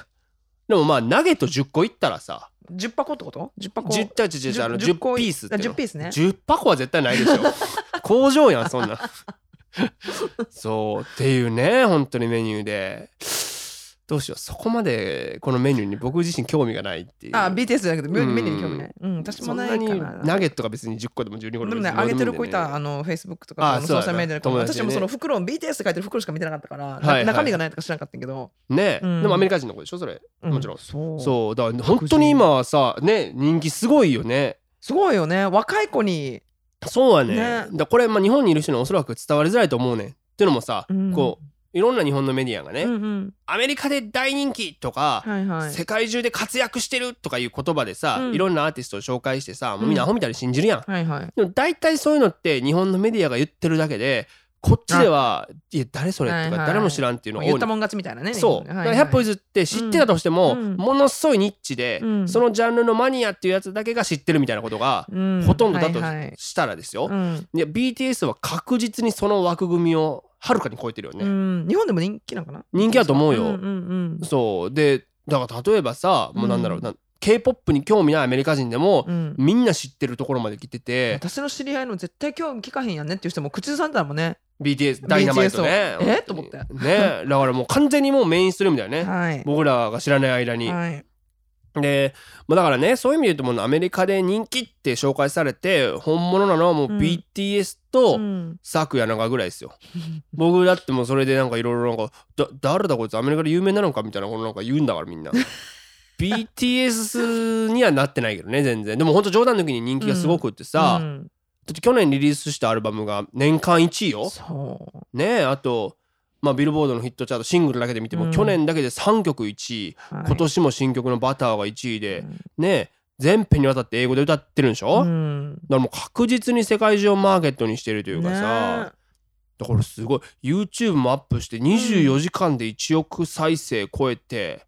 でもまあナゲット10個いったらさ十箱ってこと？十箱。 10ちゃちゃちゃあの10 10個ピースってあ10ピースね10箱は絶対ないでし ょ工場やんそんなそうっていうね本当にメニューでどうしようそこまでこのメニューに僕自身興味がないっていうあ BTS じゃなくてメうんメニューに興味ない。うん私そもんなないかになナ。ゲットが別に10個でも12個ででもも別ね、にど上うでもげていいんだよるね子いた、あの、Facebook あとか、ああそうのソだーシャルメディアで、友達私でねもその袋を BTS 書いてる袋しか見てなかったから、いはい中身がないとか知らなかったけど、ね、うんでもアメリカ人の子でしょそれうもちろんそう。そうだから本当に今はさね人気すごいよねすごいよね、若い子に。そうはねねだからこれ、まあ、日本にいる人におそらく伝わりづらいと思うねんっていうのもさ、うんこういろんな日本のメディアがね、うんうん。アメリカで大人気とか、はいはい。世界中で活躍してるとかいう言葉でさ、うんいろんなアーティストを紹介してさもうみんなアホみたいに信じるやん、はいはい。でも大体そういうのって日本のメディアが言ってるだけでこっちでは「いや誰それ」はといはかい誰も知らんっていうのが多い言のったもん勝ちみたいなね。そう、日本だねからはい100歩譲って知ってたとしても、うんものすごいニッチで、うんそのジャンルのマニアっていうやつだけが知ってるみたいなことがうんほとんどだとはいはいしたらですよ、うんいや BTS は確実にその枠組みをはるかに超えてるよね、うん日本でも人気なのかな人気だと思うよんうんそうでだから例えばさもうなんだろう、うんな K-POP に興味ないアメリカ人でもうん、うんみんな知ってるところまで来てて私の知り合いの絶対興味聞かへんやんねっていう人も口ずさんでたもんね。 BTS ダイナマイトね BTS を本え当にと思ねだからもう完全にもうメインストリームだよね、はい。僕らが知らない間に、はい。で、まあ、だからねそういう意味で言うともうアメリカで人気って紹介されて本物なのはもううん BTS とうんサクヤナガぐらいですよ、 僕だってもうそれでなんかいろいろなんかだ誰だこいつアメリカで有名なのかみたいなことなんか言うんだからみんな BTS にはなってないけどね全然でもほんと冗談抜きに人気がすごくってさ、だうんって去年リリースしたアルバムが年間1位よそう。ねえあと、まあ、ビルボードのヒットチャートシングルだけで見ても、うん去年だけで3曲1位はい今年も新曲の「バター」が1位で、ねえ全編にわたって英語で歌ってるんでしうょ、んうだからんもう確実に世界中をマーケットにしてるというかさ、ねだからすごい YouTube もアップして24時間で1億再生超えて、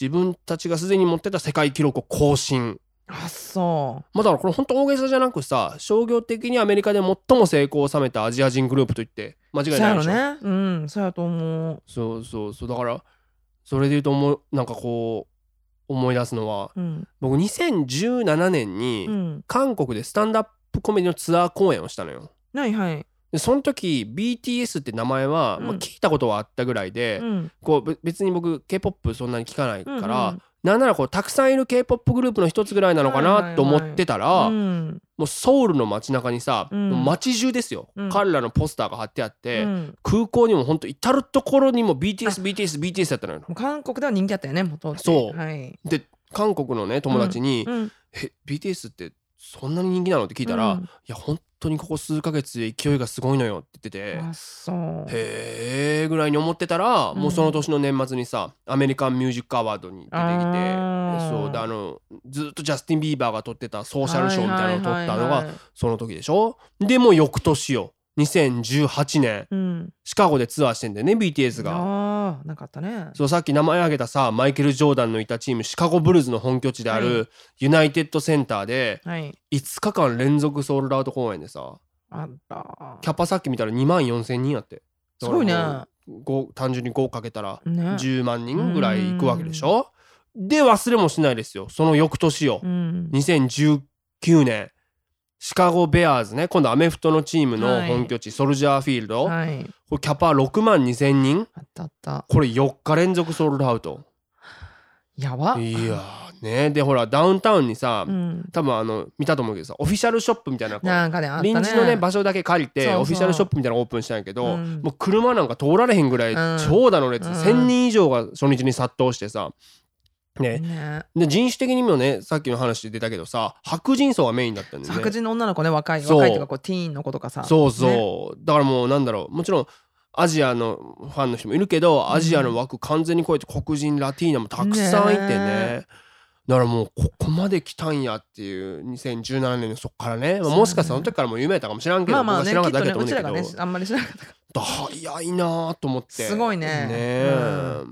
自分たちがすでに持ってた世界記録を更新あそまあだからこれ本当大げさじゃなくさ商業的にアメリカで最も成功を収めたアジア人グループといって間違いうないそうやでろしょねうんそうやと思うそうそうそうだからそれで言うと思うなんかこう思い出すのはうん僕2017年に、うん韓国でスタンダップコメディのツアー公演をしたのよ。はいはいでその時 BTS って名前は、うんまあ、聞いたことはあったぐらいで、うんこうべ別に僕 k p o p そんなに聞かないから、うんうんなんならこうたくさんいる k p o p グループの一つぐらいなのかはいはいはないと思ってたら、うんもうソウルの街中にさ、うんもう街中ですよ、うん彼らのポスターが貼ってあって、うんも空港にも本当至る所にも BTS、あ BTS、BTS だったのよ。う韓国では人気だったよねもともとそうはいで韓国のね友達に「うん、え BTS ってそんなに人気なの?」って聞いたら「うんいや本当にここ数ヶ月で勢いがすごいのよ」って言ってあそうて「へえ」ぐらいに思ってたら、うんもうその年の年末にさアメリカン・ミュージック・アワードに出てきてあーそうであのずっとジャスティン・ビーバーが撮ってたソーシャルショーみたいなのを撮ったのはいはいはいがはいその時でしょでもう翌年よ2018年うんシカゴでツアーしてんだよね BTS が。ああなかったねそうさっき名前挙げたさマイケル・ジョーダンのいたチームシカゴブルーズの本拠地である、はユナイテッドセンターではい5日間連続ソールドアウト公演でさあらキャパさっき見たら2万4,000人やってすごいねだからもうご単純に5かけたらね10万人ぐらいいくわけでしょで忘れもしないですよその翌年ようん2019年シカゴ・ベアーズね今度アメフトのチームの本拠地、ソルジャーフィールド、はいこれキャパ6万2,000人あったあったこれ4日連続ソールドアウト。やばいやーねでほらダウンタウンにさ、うん多分あの見たと思うけどさオフィシャルショップみたいなこうなんかねあったね臨時のね場所だけ借りてそうそうオフィシャルショップみたいなのオープンしたんやけど、うんもう車なんか通られへんぐらいうん長蛇の列、うん1,000人以上が初日に殺到してさねねで人種的にもねさっきの話で出たけどさ白人層がメインだったんだよね白人の女の子ね若いそう若いとかこうティーンの子とかさそうそう、ねだからもうなんだろうもちろんアジアのファンの人もいるけどアジアの枠完全に超えて黒人ラティーナもたくさんいてねねだからもうここまで来たんやっていう2017年のそっからねまあそうねもしかしたらその時からもう夢やったかもしらんけど、まあまあ僕はね知きらなかっっただとけねだと思ううんちだけど、らがねあんまり知らなかったか早いなと思ってすごいねねえ、ら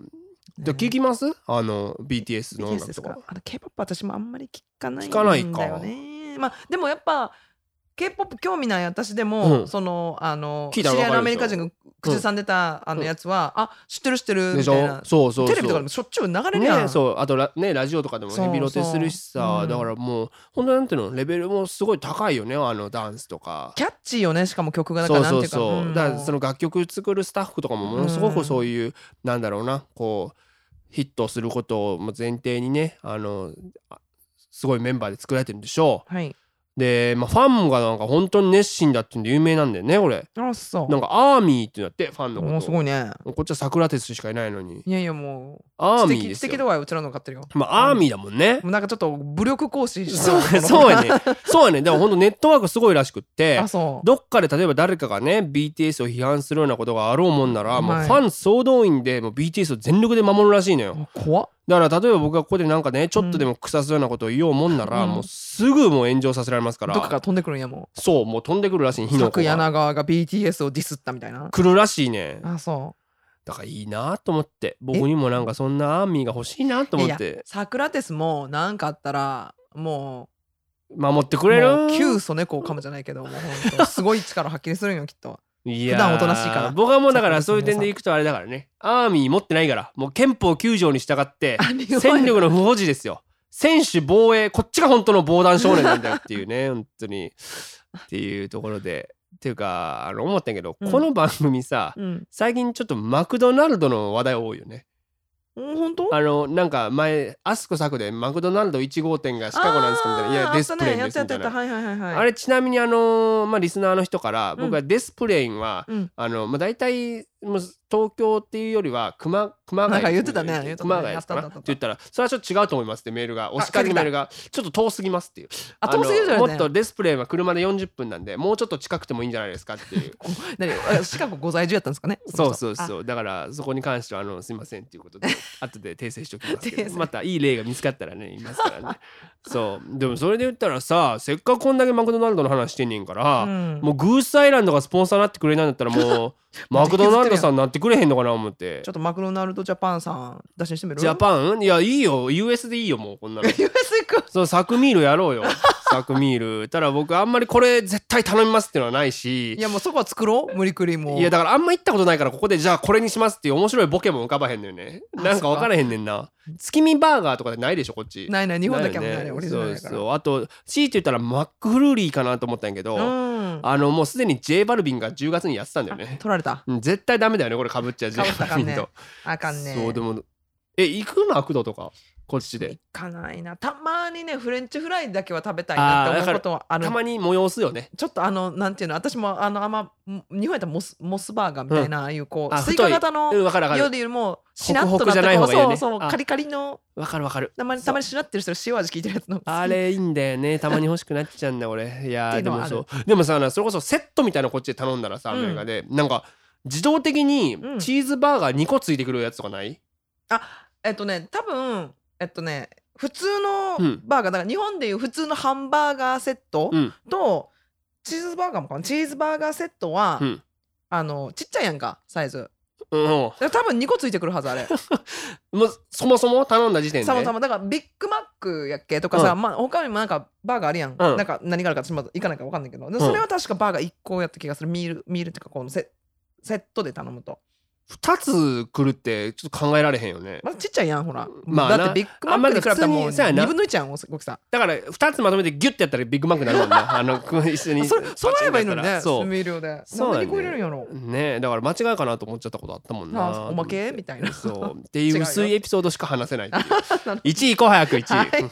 じゃあ聞きますあの BTS の音 BTS 楽ですとかかあの K-POP 私もあんまり聞かないん聞だかよないねかまあでもやっぱ K-POP 興味ない私でも、うんそのあの聞いた知らわりか合るいでしょのアメリカ人が口ずさんでた、あうのんやつは、あ知ってる知ってるでみしたいょなそうそうそうテレビとかでもしょっちゅう流れるやん、ね、そうあとラ,、ね、ラジオとかでもそうヘビロテするしさそううんだからもう本当なんていうのレベルもすごい高いよねあのダンスとか。キャッチーよねしかも曲がだかそらうなんそてういうかそう、んだからその楽曲作るスタッフとかもものすごくそういう、なんだろうなこうヒットすることをもう前提にねあのあすごいメンバーで作られてるんでしょはい、うで、まあ、ファンがなんか本当に熱心だっていうんで有名なんだよねこれあそうなんかアーミーってなってファンのもうすごこいねとこっちは桜鉄しかいないのにいやいやもうアー知ミー的で知す的よ度合いうちらの方が勝ってるよまあアーミーだもんね、もうなんかちょっと武力行使したそうこのそうやねそうやねでも本当ネットワークすごいらしくってあそうどっかで例えば誰かがね BTS を批判するようなことがあろうもんなら、もうはいファン総動員でもう BTS を全力で守るらしいのよあ怖っだから例えば僕がここでなんかねちょっとでも腐すようなことを言おうもんなら、うんもうすぐもう炎上させられますかどらっかから飛んでくるんやもうそうもう飛んでくるらしい火の粉作が柳川が BTS をディスったみたいな。来るらしいねあそだからいいなと思って僕にもなんかそんなアーミーが欲しいなとう。い思やっいやてサクラテスも何かあったらも守ってうくれもるう旧ソ猫を噛むじゃないけどもうほん とすごい力発揮するんよきっと。いやー普段おとなしいから僕はもうだからそういう点でいくとあれだからねアーミー持ってないからもう憲法9条に従 って あ日本戦力の不保持ですよ選手防衛こっちが本当の防弾少年なんだよっていう ね本当にっていうところでっていうかあの思ったんやけど、うんこの番組さうん。最近ちょっとマクドナルドの話題多いよねうん本当？あのなんか前アスク作でマクドナルド1号店がシカゴなんですかみたいないやあーデスプレインあでったすねやみったたやいったやったなはいはいはいはい。あれちなみにあのーまあリスナーの人から僕はデスプレインは、うん。あのまあ、大体もう東京っていうよりは熊熊なん谷か言ってたね言ってたね熊谷ですかなあったあっったてあった言ったらそれはちょっと違うと思いますってメールがお叱りのメールがちょっと遠すぎますっていうあ遠すぎるじゃあなのいもっとですか。ディスプレイは車で40分なんでもうちょっと近くてもいいんじゃないですかっていう何あシカゴご在住やったんですかね。そうそうう。そうだからそこに関してはあのすいませんっていうことで後で訂正しておきますけ訂ど正またいい例が見つかったらね言います からねそうでもそれで言ったらさせっかくこんだけマクドナルドの話してんねんから、あうんもうグースアイランドがスポンサーになってくれないんだったらもうマクドナルドさんになってくれへんのかな思ってちょっとマクドナルドジャパンさん出しにしてみる。ジ ャパンいやいいよ US でいいよもうこんなの US 行く。そうサクミールやろうよサクミールただ僕あんまりこれ絶対頼みますっていうのはないしいやもうそこは作ろう無理くりもう。いやだからあんま行ったことないからここでじゃあこれにしますっていう面白いボケも浮かばへんのよねあなんか分からへんねんな月見バーガーとかでないでしょこっちないない日本だけはもうないいねよオリジナルだかそうら。そうあと C って言ったらマックフルーリーかなと思ったんやけど、うん。あのもうすでに J バルビンが10月にやってたんだよね取られた。うん絶 対ダメだよねこれかぶっちゃう J 被ったらバあかルんビンとねあかんね。そうでもえ行くマクドとかこっちで行かないなたまにねフレンチフライだけは食べたいなってあーわ思かうることはあるたまに催すよねちょっとあのなんていうの私もあのあんまん日本やったらモスモスバーガーみたいな、ああいうこうあスイカ太い型のうんわかるわかよるりもしなっとなっホクてホクじゃない方がいいよねそうそうあカリカリのわかるわかるたまにたまにしなってる人の塩味効いてるやつのあれいいんだよねたまに欲しくなっちゃうんだ 俺いやってーいうでのもはそうでもさそれこそセットみたいなのこっちで頼んだらさアメリカで、なんか自動的にうんチーズバーガー2個ついてくるやつとかない、えっとね多分えっとね普通うのんバーガーだから日本でいう普通のハンバーガーセットうんと、チーズバーガーもかなチーズバーガーセットは、うんあのちっちゃいやんかサイズうん、もだから多分2個ついてくるはずあれうそもそも頼んだ時点でさまさまだからビッグマックやっけとかさ、うまあ、他にもなんかバーガーあるやん、うんなんか何があるか私まだ行かないから分かんないけどでんそれは確かバーガー1個やった気がするミールミールっていうかこのセセットで頼むと、 2つ来るってちょっと考えられへんよねまあ、ちっちゃいやんほら、まあなだってビッグマックに比べたらもうあんまり普通にそうやな2分の1やんごきさんだから2つまとめてギュッてやったらビッグマックになる もんねあの一緒にそれ揃えばいいのにパチンとやったねらそう数量でそうだね何でこう入れるんやろねだから間違いかなと思っちゃったことあったもんななあおまけみたいなそうっていう薄違ういよエピソードしか話せないっていう 1位行こう早く1位、はい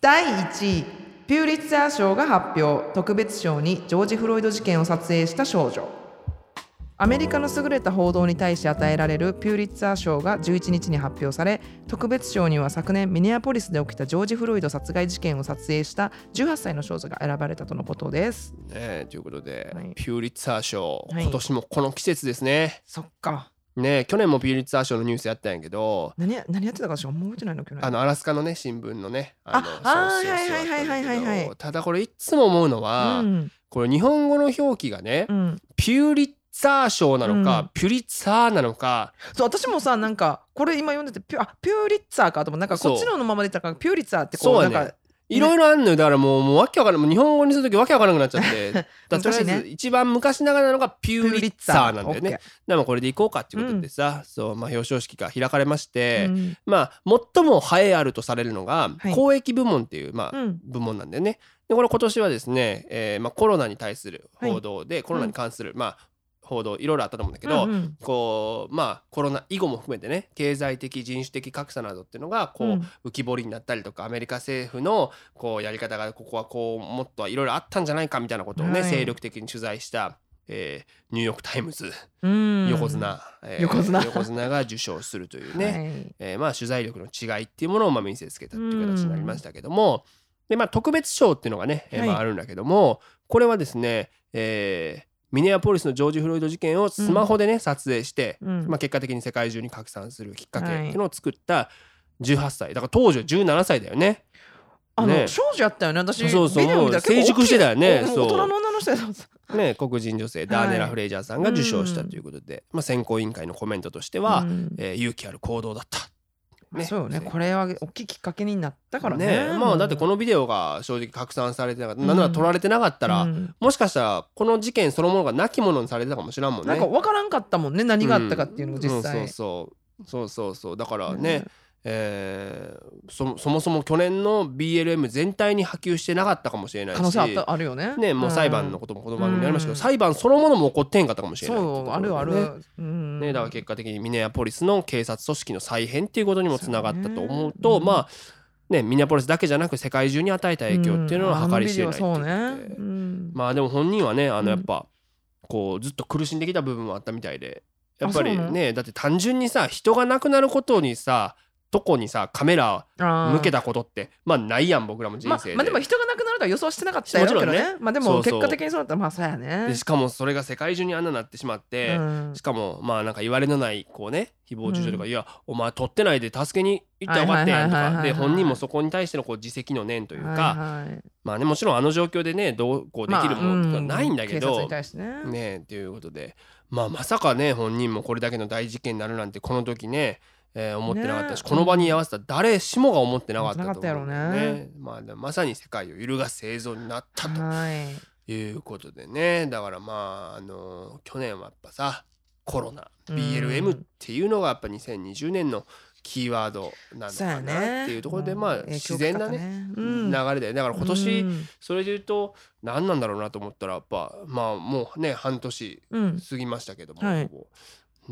第1位ピューリッツァー賞が発表特別賞にジョージ・フロイド事件を撮影した少女アメリカの優れた報道に対して与えられるピューリッツァー賞が11日に発表され特別賞には昨年ミネアポリスで起きたジョージ・フロイド殺害事件を撮影した18歳の少女が選ばれたとのことですねということで、はいピューリッツァー賞、はい今年もこの季節ですねそっかね去年もピューリッツァー賞のニュースやったんやけど何何やってたか私思い覚えてないの去年あのアラスカのね新聞のねあのあー表紙をしてはいはいはいはいはいやったんだけはどただこれいつも思うのは、うんこれ日本語の表記がね、うん、ピューリッツァー賞なのか、うんピュリッツァーなのかそう私もさなんかこれ今読んでてピュあピューリッツァーかと思うなんかこっちののままで言ったからピューリッツァーってこうそうやねなんかいろいろあんのよだからもうもうわけわからんもう日本語にするときわけわからなくなっちゃって だからとりあえ昔ずね一番昔ながらなのがピピューリッツァーなんだよね。でもこれでいこうかっていうことでさ、そうまあ、表彰式が開かれましオッケてー、うんまあ最も栄えあるとされるのが、はい公益部門っていう、まあうん部門なんだよね。でこれ今年はですね、えーまあ、コロナに対する報道で、コロナに関する、まあ、報道いろいろあったと思うんだけど、うんうんこうまあ、コロナ以後も含めてね経済的人種的格差などっていうのがこう、うん浮き彫りになったりとかアメリカ政府のこうやり方がここはこうもっといろいろあったんじゃないかみたいなことをね、はい精力的に取材した、えーニューヨーク・タイムズうん横綱、えー横綱が受賞するというね、はいえーまあ、取材力の違いっていうものをまあ見せつけたっていう形になりましたけども、でまあ、特別賞っていうのがね、えーまあ、はいあるんだけども、これはですね、えーミネアポリスのジョージ・フロイド事件をスマホでね、撮影して、うんまあ、結果的に世界中に拡散するきっかけっはていいうのを作った18歳だから当時は17歳だよね。あのね少女やったよね私そうそうビデオ見たら結構もう成熟してたよね大きいそうお大人の女の人やったね、黒人女性ダーネラ・フレイジャーさんが受賞したということで、まあ、選考委員会のコメントとしては、うんえー勇気ある行動だった。ねそうよねこれは大きいきっかけになったからねねまあだってこののビデオが正直拡散されてなかった、うんなんなら撮られてなかったら、うんもしかしたらこの事件そのものがなきものにされてたかもしれんもんね。なんか分からんかったもんね何があったかっていうのがう実んそ際うそうそうそうそうだからね、えーそそもそも去年の BLM 全体に波及してなかったかもしれないし可能性あったあるよねね、もう裁判のここともこの番組でありましたけど、うん裁判そのものも起こってへんかったかもしれないっていそうとこあろでねるあるうんね、だから結果的にミネアポリスの警察組織の再編っていうことにもつながったと思うそとうねうんまあねミネアポリスだけじゃなく世界中に与えた影響っていうのは計り知れないっていううことでんあのビデオはそうね、うんまあでも本人はねあうんのやっぱこうずっと苦しんできた部分はあったみたいでやっぱありそうなのねだって単純にさ人が亡くなることにさとこにさカメラあー向けたことってまあないやん僕らも人まあ生で。まあでも人が亡くなるとは予想してなかったやろうけどねもちまあでそもうそう結果的にそうだったらまあそうやねでしかもそれが世界中にあんなになってしまって、うんしかもまあなんか言われのないこうね誹謗中傷とか、いやお前取ってないで助けに行ったらよかったやんとはいはいはいはいかはいで本人もそこに対してのこう自責の念というか、はいはいまあねもちろんあの状況でねどうこうできるものとかないんだけまあう警察ど、に対してねねということで、まあ、まさかね本人もこれだけの大事件になるなんてこの時ね、えー思ってなかったし、ねこの場に居合わせた誰しもが思ってなかったと思う思ってなかったやろうねまあね、まさに世界を揺るがす映像になったとはいいうことでねだからまああの去年はやっぱさコロナうん BLM っていうのがやっぱ2020年のキーワードなのそうやかなねっていうところで、まあうん影響自然な大きかねっ流たれだよねだから今う年んそれで言うと何なんだろうなと思ったらやっぱまあもうね半年うん過ぎましたけども、はいこう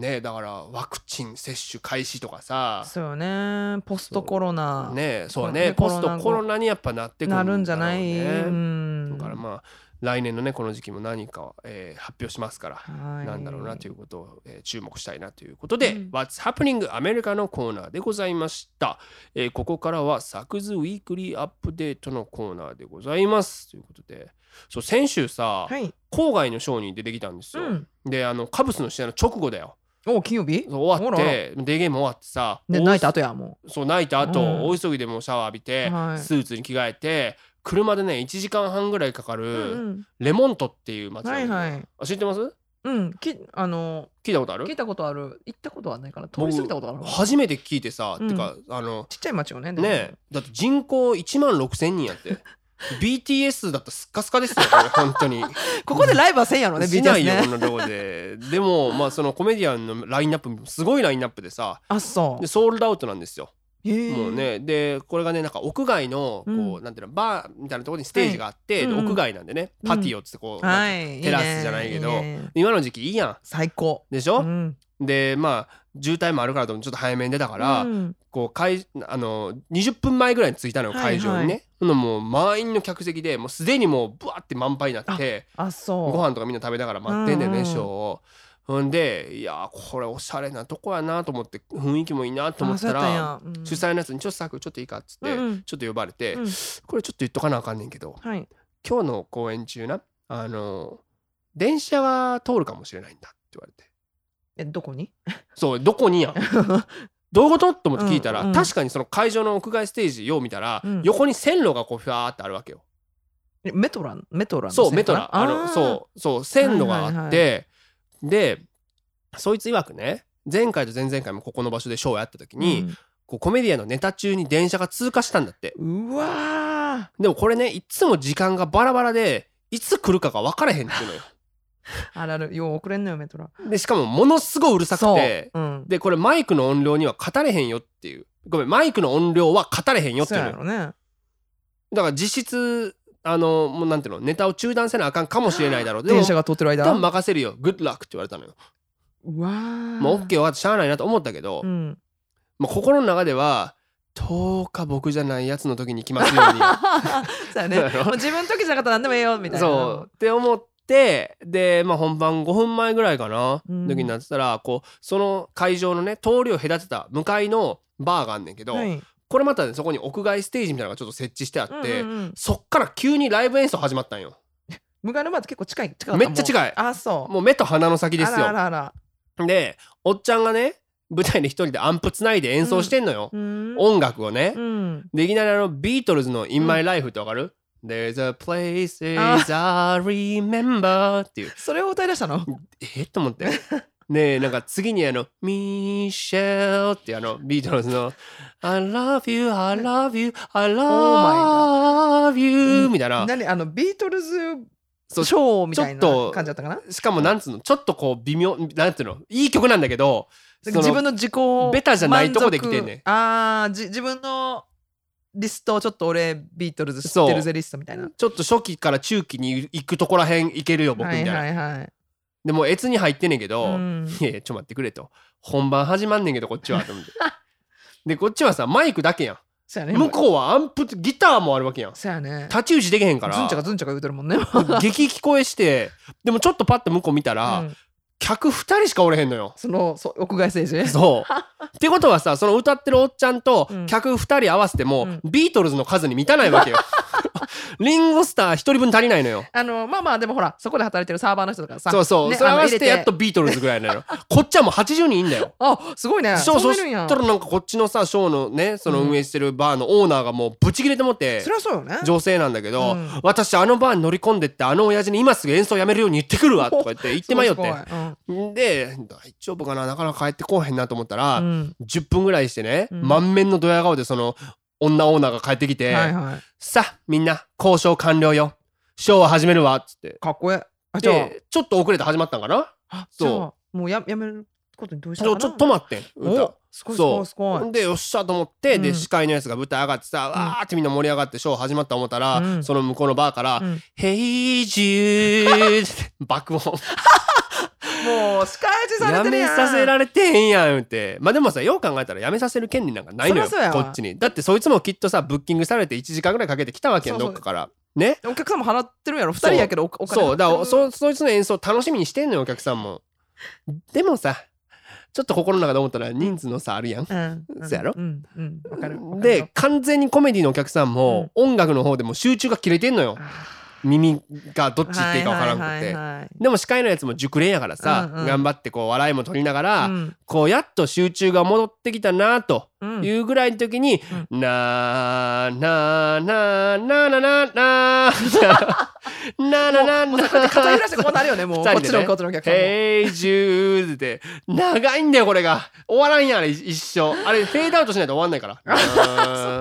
ねだからワクチン接種開始とかさそうよねポストコロナ、ねそうねねポスコロナト後コロナにやっぱなってくるだろなうねるんじゃない、うんだからまあ来年のねこの時期も何かを、えー発表しますから、はいなんだろうなということを、えー注目したいなということで、うん What's Happening アメリカのコーナーでございました、えーここからはサクズウィークリーアップデートのコーナーでございますということでそう先週さ、はい、郊外のショーに出てきたんですうよ、ん、であのカブスの試合の直後だよお金曜日そう終わっあらあらてデーゲーム終わってさで大泣いた後やもそう泣いた後、うん大急ぎでもうシャワー浴びて、はいスーツに着替えて車でね1時間半ぐらいかかう、うんるうんレモントっていう街、はいはいあ知ってますうんきあの聞いたことある聞いたことある行ったことはないから通り過ぎたことあるち初めて聞いてさ、うんてかあのっちゃい町よねでもねえだって人口1万6,000人やって BTS だったらすっかすかですよこれ本 当にここでライブはせんやろねし BTS ないよこんねなとこででもまあそのコメディアンのラインナップもすごいラインナップでさあそでソールドアウトなんですようへえもうねでこれがねなんか屋外のこう、うんなんていうのバーみたいなところにステージがあって、はいでうんうん屋外なんでねパティオっつってこう、なんかはいテラスじゃないけどいいねいいね今の時期いいや最高んでしうょ、んでまあ渋滞もあるからともちょっと早めに出たから、うんこう会あの20分前ぐらいに着いたのよはいはい会場にね、ほんならもう満員の客席でもうすでにもうぶわって満杯になってあそうご飯とかみんな食べながら待ってんだようんねうんショーを。ほんでいやーこれおしゃれなとこやなと思って雰囲気もいいなと思ったらあそうやったんやうん主催のやつに「ちょっとサクちょっといいか」っつって、うんうんちょっと呼ばれて、うんこれちょっと言っとかなあかんねんけどはい今日の公演中なあの電車が通るかもしれないんだって言われてえどこ にそうどこにやんどういうことと思って聞いたら、うんうん確かにその会場の屋外ステージよう見たら、うん横に線路がこうファーってあるわけよ。えメトラメトラのそう線メかトなラあのーそうそう線路があって、はいはでそいつ曰くね前回と前々回もここの場所でショーやった時に、こうコメディアンのネタ中に電車が通過したんだってうんうわでもこれねいつも時間がバラバラでいつ来るかが分からへんってい うのよ。ーあらるよう遅れんのよメトラでしかもものすごいうるさくてそううんでこれマイクの音量には語れへんよっていうごめんマイクの音量は語れへんよってそういうのやよ。ろねだから実質あのもうなんていうのネタを中断せなあかんかもしれないだろうでも電車が通ってるで間も任せるよグッドラックって言われたのようわーもう OK はしゃあないなと思ったけど、うんまあ、心の中では10日僕じゃないやつの時に来ますよ うにそうやねそうやろもう自分の時じゃなかったら何でもええよみたいなそうって思ってで、まあ、本番5分前ぐらいかな、うん時になってたらこうその会場のね通りを隔てた向かいのバーがあんねんけど、はいこれまたねそこに屋外ステージみたいなのがちょっと設置してあって、うんうんうんそっから急にライブ演奏始まったんよ向かいのバーって結構近い近かめっちゃ近いもうあそうもう目と鼻の先ですよあらあらあらでおっちゃんがね舞台で一人でアンプつないで演奏してんのよ、うーん音楽をねう、んでいきなりあのビートルズの「In My Life」ってわかる、?There's a place あ I remember っていうそれを歌い出したのえっと思 ってねえなんか次にあの「ミシェル」ってあのビートルズの「I love you I love you I love you」みたいな何あのビートルズシそうョーみたいなちょっと感じだったかなしかもなんつうのちょっとこう微妙なんつうのいい曲なんだけどその自分の自己をベタじゃないとこで来てんね満足あーじ自分のリストをちょっと俺ビートルズ知ってるぜリストみたいなちょっと初期から中期に行くとこらへん行けるよ僕みはたいいな、はいはいでもう越に入ってんねんけど、うん いやいやちょっと待ってくれと本番始まんねんけどこっちはと 思ってでこっちはさマイクだけやそうやんね向こうはアンプギターもあるわけやんそうやね太刀打ちできへんかズンらチャカズンチャカ言うてるもんね激聞こえしてでもちょっとパッと向こう見たら、うん客2人しかおれへんのよ そのそう屋外政治そうってことはさその歌ってるおっちゃんとうん客2人合わせても、うんビートルズの数に満たないわけ よリンゴスター1人分足りないのよあのまあまあでもほらそこで働いてるサーバーの人とかさそうそう、ねそれ合わせあの入てやっとビートルズぐらいなの こっちはもう80人いんだよあすごいねそうそそううなるんしやたらなんかこっちのさショーのねその運営してるバーのオーナーがもうブチ切れてもってそれはそうよね女性なんだけど、うん私あのバーに乗り込んでってあの親父に今すぐ演奏やめるように言ってくるわとか言 って言ってまいよっすてごいすごいうんで大丈夫かななかなか帰ってこうへんなと思ったら、うん10分ぐらいしてね、うん満面のドヤ顔でその女オーナーが帰ってきて「はいはいさあみんな交渉完了よショーは始めるわ」っつってかっこええあじゃあでちょっと遅れて始まったんかなあそうじゃあもうややめることにどうしたそかうなちょっと止まってん歌おすごいすごそいうすごいほんでよっしゃと思って、うでん司会のやつが舞台上がってさ、わーってみんな盛り上がってショー始まった思ったら、うんその向こうのバーから「うん ヘイジュー」爆音もう仕返しされやてるめやんさせられてへんやんってまあでもさよう考えたらやめさせる権利なんかないのよそりゃこそうやわっちにだってそいつもきっとさブッキングされて1時間ぐらいかけてきたわけやんそうそどうっかからねお客さんも払ってるやろ二人やけどおお金そうだからうそそいつの演奏楽しみにしてんのよお客さんもでもさちょっと心の中で思ったら人数の差あるやんうんそうやろうんうんわかるわかるで完全にコメディのお客さんも音楽の方でも集中が切れてんのよ耳がどっち行っていいかわからんくてんでも司会のやつも熟練やからさうんうん頑張ってこう笑いも取りながらうんこうやっと集中が戻ってきたなとうんいうぐらいの時に「なーなーなーなーなーなーなーなーなーなーもうなさこうやって肩ー開してこうなるよねもう二人こっでちねのこっちのお客さんもヘイジューズって長いんだよこれが終わらんやんあれ一生あれフェードアウトしないと終わんないから な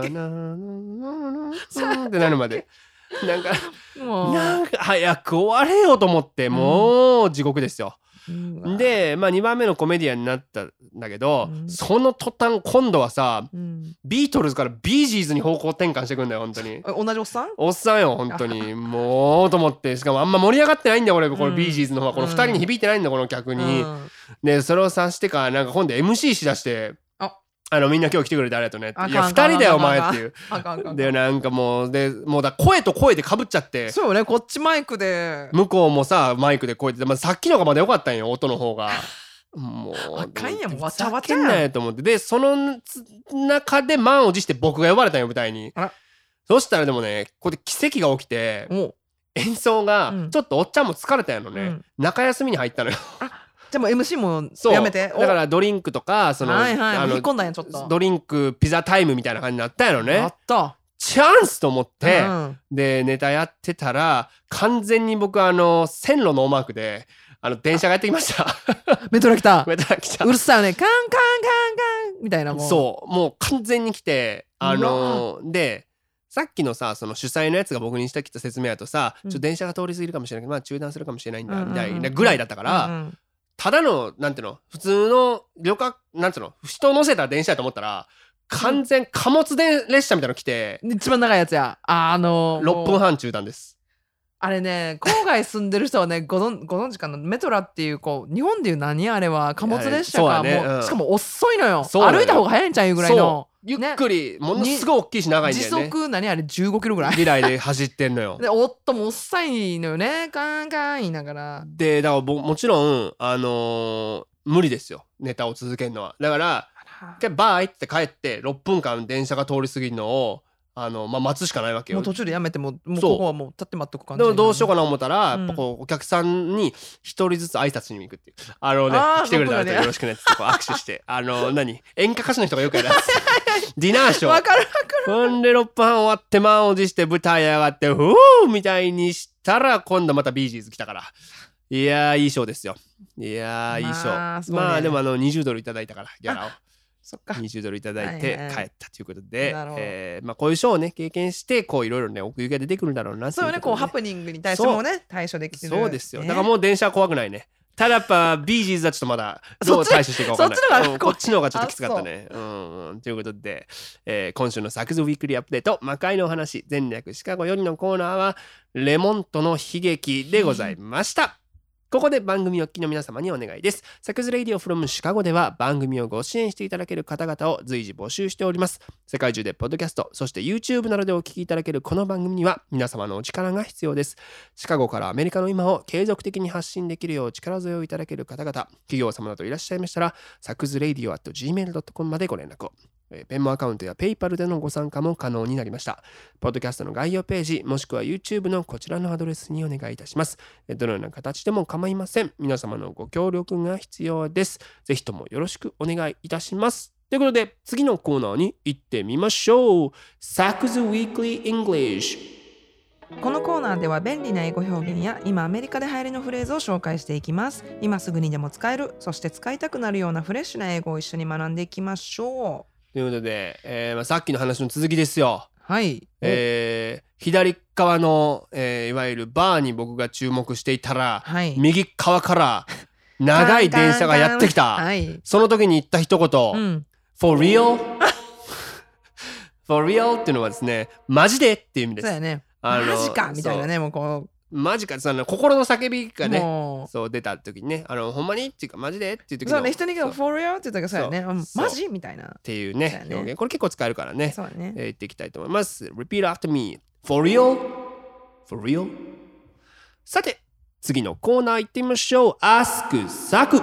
ーなーなーなーなーなーってなるまでなんかもうなんか早く終われよと思ってもう地獄ですようんで、まあ、2番目のコメディアンになったんだけど、うんその途端今度はさうんビートルズからビージーズに方向転換してくんだよ本当にえ同じおっさんおっさんよ本当にもうと思ってしかもあんま盛り上がってないんだよ俺こうのんビージーズの方はこの2人に響いてないんだこの客に、うんでそれを察してからなんか今度 MC しだしてああのみんな今日来てくれてありがとうねってあかんいやあかん2人だよあおかん前あかっんていうあかんあかんでなんかもうでもうだ声と声でかぶっちゃってそうよねこっちマイクで向こうもさマイクでこうやって、まあ、さっきのがまだ良かったんよ音の方が。もうあかんやんもうわわちちゃゃわわちちゃゃやんなやと思ってでそのつ中で満を持して僕が呼ばれたんよ舞台にあらそしたらでもねここで奇跡が起きておう演奏がうんちょっとおっちゃんも疲れたんやろね、うん中休みに入ったのよ じゃあもう MC もそうやめておだからドリンクとかその,、はいはいあ引っの込んだんやちょっとドリンクピザタイムみたいな感じになったんやろやねったチャンスと思って、うんでネタやってたら完全に僕あの線路ノーマークであの電車がやってきま したメトロ来 たメタ来たうるさいよねカンカンカンカンみたいなもうそうもう完全に来てあのでさっきのさその主催のやつが僕にしてきた説明やとさ、うんちょっと電車が通り過ぎるかもしれないけど、まあ、中断するかもしれないんうんだうんうんみたいなぐらいだったから、うんうんただのなんていうの普通の旅客なんていうの人を乗せた電車やと思ったら完全貨物電列車みたいなの来て、一番長いやつやあの6分もう半中断です。あれね郊外住んでる人はね ご存ご存知かなメトラっていうこう日本でいう何あれは貨物列車かいやそうやねもううんしかも遅いのよそうなのよ歩いた方が早いんちゃういうぐらいのそうゆっくり、ものすごい大きいし長いんだ時よね。速何あれ15キロぐらい未来で走ってんの よ。で夫もおっさいのよねカンカン言いながらでだから僕もちろんあのー無理ですよネタを続けるのは。だから一回バー行って帰って6分間電車が通り過ぎるのをあの、まあ、待つしかないわけもよ。う途中でやめてもうもうそうここはもう立って待っとく感じでもどうしようかなな思ったら、うやんっぱこうお客さんに一人ずつ挨拶に行くっていうあのねあー来てくれたそうだらねよろしくねっつってこう握手して あの何演歌歌手の人がよくやるや つディナーショわーかるほんで6分半終わって満を持して舞台上がってふうみたいにしたら今度またビージーズ来たからいやーいいショーですよいやーいいショー、ままああ、そうねでもあの20ドルいただいたからギャラを。そっか20ドルいただいはいてはい帰ったということで、なるほどえーまあ、こういうショーをね経験してこういろいろね奥行きが出てくるんだろうなそうよねといこうことハでプニングに対してもね対処できてるそうですよ、ねだからもう電車は怖くないねただやっぱビージーズはちょっとま だどう対処していいか分かんないそっちの方がうんこ怖いっちの方がちょっときつかったねうん、うん、ということで、えー今週の「サクズウィークリーアップデート魔界のお話全略シカゴより」のコーナーは「レモンとの悲劇」でございましたここで番組をお聞きの皆様にお願いです。サクズレイディオフロムシカゴでは番組をご支援していただける方々を随時募集しております。世界中でポッドキャスト、そして YouTube などでお聞きいただけるこの番組には皆様のお力が必要です。シカゴからアメリカの今を継続的に発信できるよう力添えをいただける方々、企業様などいらっしゃいましたら、サクズレイディオ at gmail.com までご連絡を。えーペンモアカウントやペイパルでのご参加も可能になりました。ポッドキャストの概要ページ、もしくは YouTube のこちらのアドレスにお願いいたします。えーどのような形でも構いません。皆様のご協力が必要です。ぜひともよろしくお願いいたします。ということで、次のコーナーに行ってみましょう。サクズウィークリー・イングリッシュ。このコーナーでは便利な英語表現や今アメリカで流行りのフレーズを紹介していきます今すぐにでも使えるそして使いたくなるようなフレッシュな英語を一緒に学んでいきましょということで、えーまあ、さっきの話の続きですよ。うはいえー左側の、えーいわゆるバーに僕が注目していたらはい右側から長い電車がやってきたはいその時に言った一う言ん「For real」「For real」っていうのはですね「マジで」っていう意味でそうす。やねあのマジかみたいなねもうこうマジかその心の叫びがねもそう出た時にねあのほんまにっていうかマジでっていうう時そのうね人に言うそうっと「for real」って言ったらそうやねそううんそうマジみたいなていうそうねやね表現これ結構使えるからねそうやねえー言っていきたいと思います。Repeat after me. For real? For real? さて次のコーナー行ってみましょう。Ask サク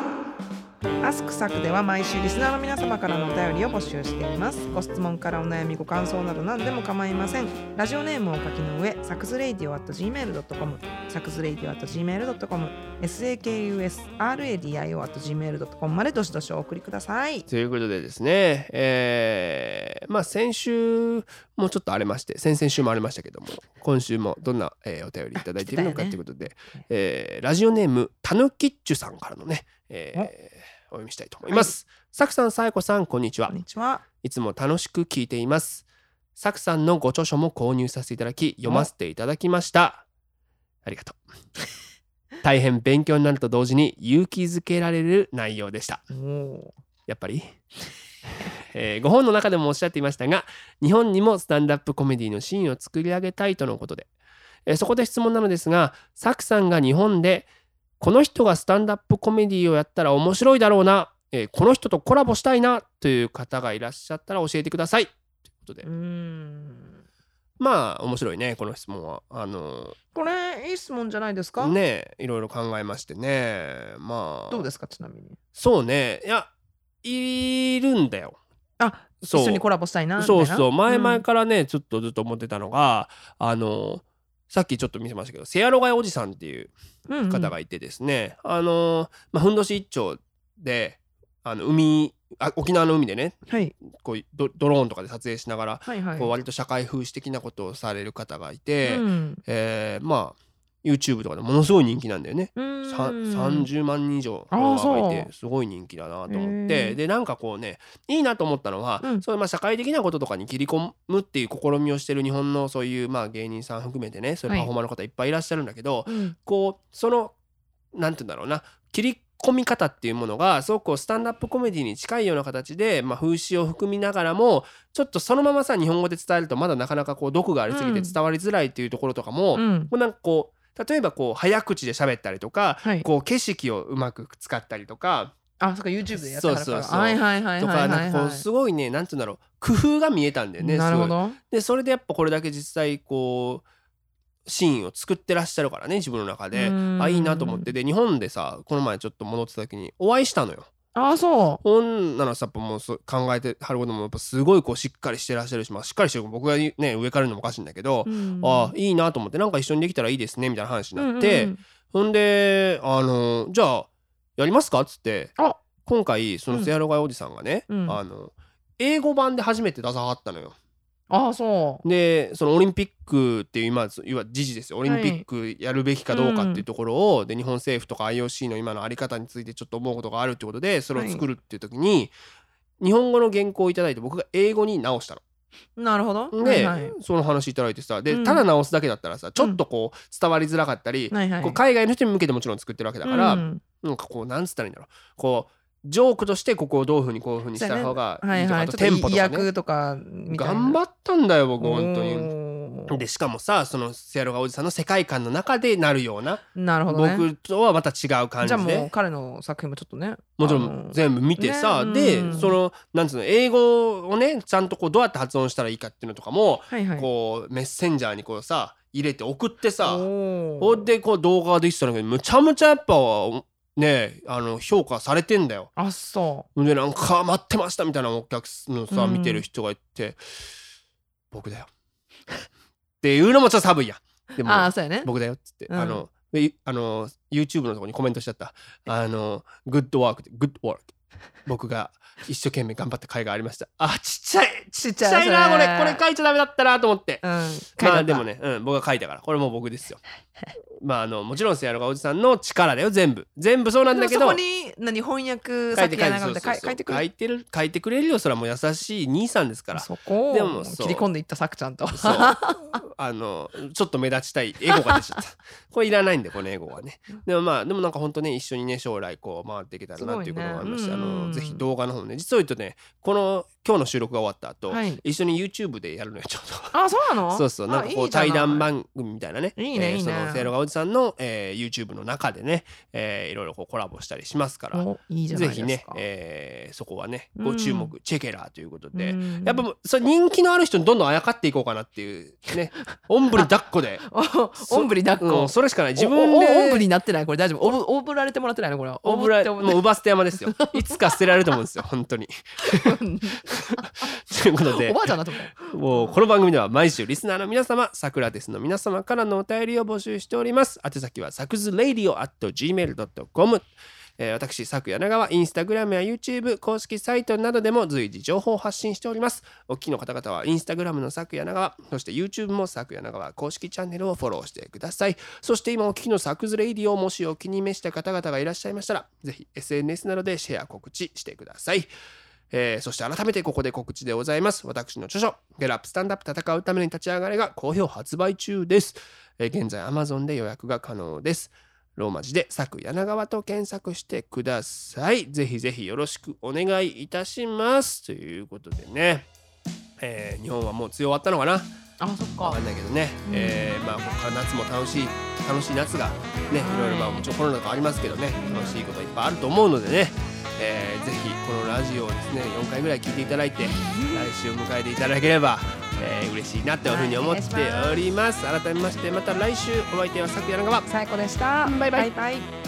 アスクサクでは毎週リスナーの皆様からのお便りを募集していますご質問からお悩みご感想など何でも構いませんラジオネームをお書きの上サクズレイディオ at gmail.com サクズレイディオ at gmail.com sakusradio at gmail.com までどしどしお送りくださいということでですね、えーまあ先週もちょっと荒れまして先々週も荒れましたけども今週もどんな、えーお便りいただいているのかあと来いうてたよねことで、えーラジオネームたぬきっちゅさんからのね、えーお読みしたいと思います。さくさん、さえこさん、こんにちはこん。にちはいつも楽しく聞いています。サクさんのご著書も購入させていただき、読ませていただきました。ありがとう。大変勉強になると同時に勇気づけられる内容でした。おおやっぱり、 えーご本の中でもおっしゃっていましたが日本にもスタンダップコメディのシーンを作り上げたいとのことで、えーそこで質問なのですがサクさんが日本でこの人がスタンダップコメディをやったら面白いだろうな、えーこの人とコラボしたいなという方がいらっしゃったら教えてくださいということでうーんまあ面白いねこの質問はあのこれいい質問じゃないですか、ーねいろいろ考えましてねまあどうですかちなみにそうねいやいるんだよあ一そう緒にコラボしたいなみたいそなうそう前々んからね、ちょっとずっと思ってたのがあのさっきちょっと見せましたけどせやろがいおじさんっていううんうん方がいてですね、あの、まあ、ふんどし一丁であの海あ沖縄の海でねはいこうドドローンとかで撮影しながらはいはいこう割と社会風刺的なことをされる方がいて、うんえーまあ YouTube とかでものすごい人気なんだよね。うさーん30万人以上フあォーロワーがいそてすごい人気だなとへ思っーてでなんかこうねいいなと思ったのは、うんそういうまあ社会的なこととかに切り込むっていう試みをしてる日本のそういうまあ芸人さん含めてねそういうパフォーマーの方いっぱいいらっしゃるんだけど、うんこうそのなんて言うんだろうな切り込み方っていうものがすごくこうスタンダップコメディに近いような形で、まあ、風刺を含みながらもちょっとそのままさ日本語で伝えるとまだなかなかこう毒がありすぎてうん伝わりづらいっていうところとかも、うんもうなんかこう例えばこう早口で喋ったりとか、はいこう景色をうまく使ったりとか、あそっか YouTube でやったからかそうそうそうはいはいはいはいとはかいはなんいかこうすごいねなんて言うんだろう工夫が見えたんだよね。なるほすごいどでそれでやっぱこれだけ実際こうシーンを作ってらっしゃるからね自分の中でうーんあいいなと思ってで日本でさこの前ちょっと戻ってた時にお会いしたのよ。あそう女のさやっぱもうそ考えてはることもやっぱすごいこうしっかりしてらっしゃるし、まあ、しっかりしてる僕がね上から言うのもおかしいんだけど、うんああいいなと思ってなんか一緒にできたらいいですねみたいな話になって。うんうんほんで、あの、じゃあ、やりますかっつってあ、今回、そのうんセアロガイおじさんがね、うんあの、英語版で初めて出さはったのよ。うんあそうで、そのオリンピックっていう今、いわ時事ですよ。オリンピックやるべきかどうかっていうところを、で、日本政府とか IOC の今のあり方についてちょっと思うことがあるってことで、それを作るっていう時に、日本語の原稿をいただいて僕が英語に直したの。なるほどで、はいはいその話いただいてさで、うんただ直すだけだったらさちょっとこう伝わりづらかったり、はいはいこう海外の人に向けてもちろん作ってるわけだから、うんなんかこうなんつったらいいんだろうこうジョークとしてここをどういうふうにこういうふうにした方がはいいいとか、はあいとちょっテンポとと意かね訳とかみたいな頑張ったんだよ僕本当に。当でしかもさそのセアロガおじさんの世界観の中でなるようななるほどね僕とはまた違う感じじゃあもうで。彼の作品もちょっとねもちろあんの全部見てさ、ねで、うんそのなんつうの英語をねちゃんとこうどうやって発音したらいいかっていうのとかも、はいはいこうメッセンジャーにこうさ入れて送ってさほおんーでこう動画ができてたんだけどむちゃむちゃやっぱねあの評価されてんだよ。あそでなんか待ってましたみたいなお客さんのさ、うん見てる人がいて僕だよ っていうのもちょっと寒いやんでうもあそうやね僕だよっつって、うんあのであの YouTube のところにコメントしちゃったあのグッドワークでグッドワーク僕が一生懸命頑張った甲斐がありましたあちっちゃいちっちゃいなちっこちゃいれそこれれ書いちゃダメだったなと思ってうんまあでもね、うん、僕が書いたからこれもう僕ですよまああのもちろんせやろがおじさんの力だよ全部全部そうなんだけでどもそこに何翻訳書い先てや書いてながそうそうらで書いそう書いてく書るいてる書いてくれるよそれはもう優しい兄さんですからそこをでもそう切り込んでいったさくちゃんとそうあのちょっと目立ちたいエゴが出 ちゃったこれいらないんでこのエゴはねでもまあでもなんか本当ね一緒にね将来こう回っていけたらなっていうことがありましたねすごいねの、うんぜひ動画の方ね実を言うとねこの今日の収録が終わった後、はい一緒に YouTube でやるのよちょっあそうなと のそうそうなんかこう対談番組みたいなねいいねえーいいねそのせいろがおじさんの、えー YouTube の中でね、えーいろいろこうコラボしたりしますからおいいじゃなぜいですひかね、えーそこはねご注目、チェケラーということで、うんやっぱもうそれ人気のある人にどんどんあやかっていこうかなっていう ねおんぶに抱っこでおおんぶに抱うっこん、それしかない自お分おでおんぶになってないこれ大丈夫おぶおぶられてもらってないのこれはオブラおぶってもうバ捨て山ですよいつか捨てられると思うんですよ本 当にということでおばあちゃんだと思うもうこの番組では毎週リスナーの皆様さくらですの皆様からのお便りを募集しております宛先はさくずレイディオ at gmail.com えー私、佐久柳川、インスタグラムや YouTube、公式サイトなどでも随時情報を発信しております。お聞きの方々は、インスタグラムの佐久柳川、そして YouTube も佐久柳川公式チャンネルをフォローしてください。そして今お聞きのサクズレイディオをもしお気に召した方々がいらっしゃいましたら、ぜひ SNS などでシェア告知してください。えーそして改めてここで告知でございます。私の著書、ゲラップスタンダップ戦うために立ち上がれが好評発売中です。えー現在 Amazon で予約が可能です。ローマ字で作柳川と検索してください。ぜひぜひよろしくお願いいたします。ということでね、えー日本はもう梅雨終わったのかなあそっわかかんないけどね、うんえーまあここから夏も楽しい楽しい夏がね、はいい、ろいろまあもちろんコロナとかありますけどね楽しいこといっぱいあると思うのでね、えーぜひこのラジオをですね4回ぐらい聞いていただいて来週を迎えていただければ、えー嬉しいなというふうに思っております改めましてまた来週お相手はさくやながわ最高でしたバイバイバイバイ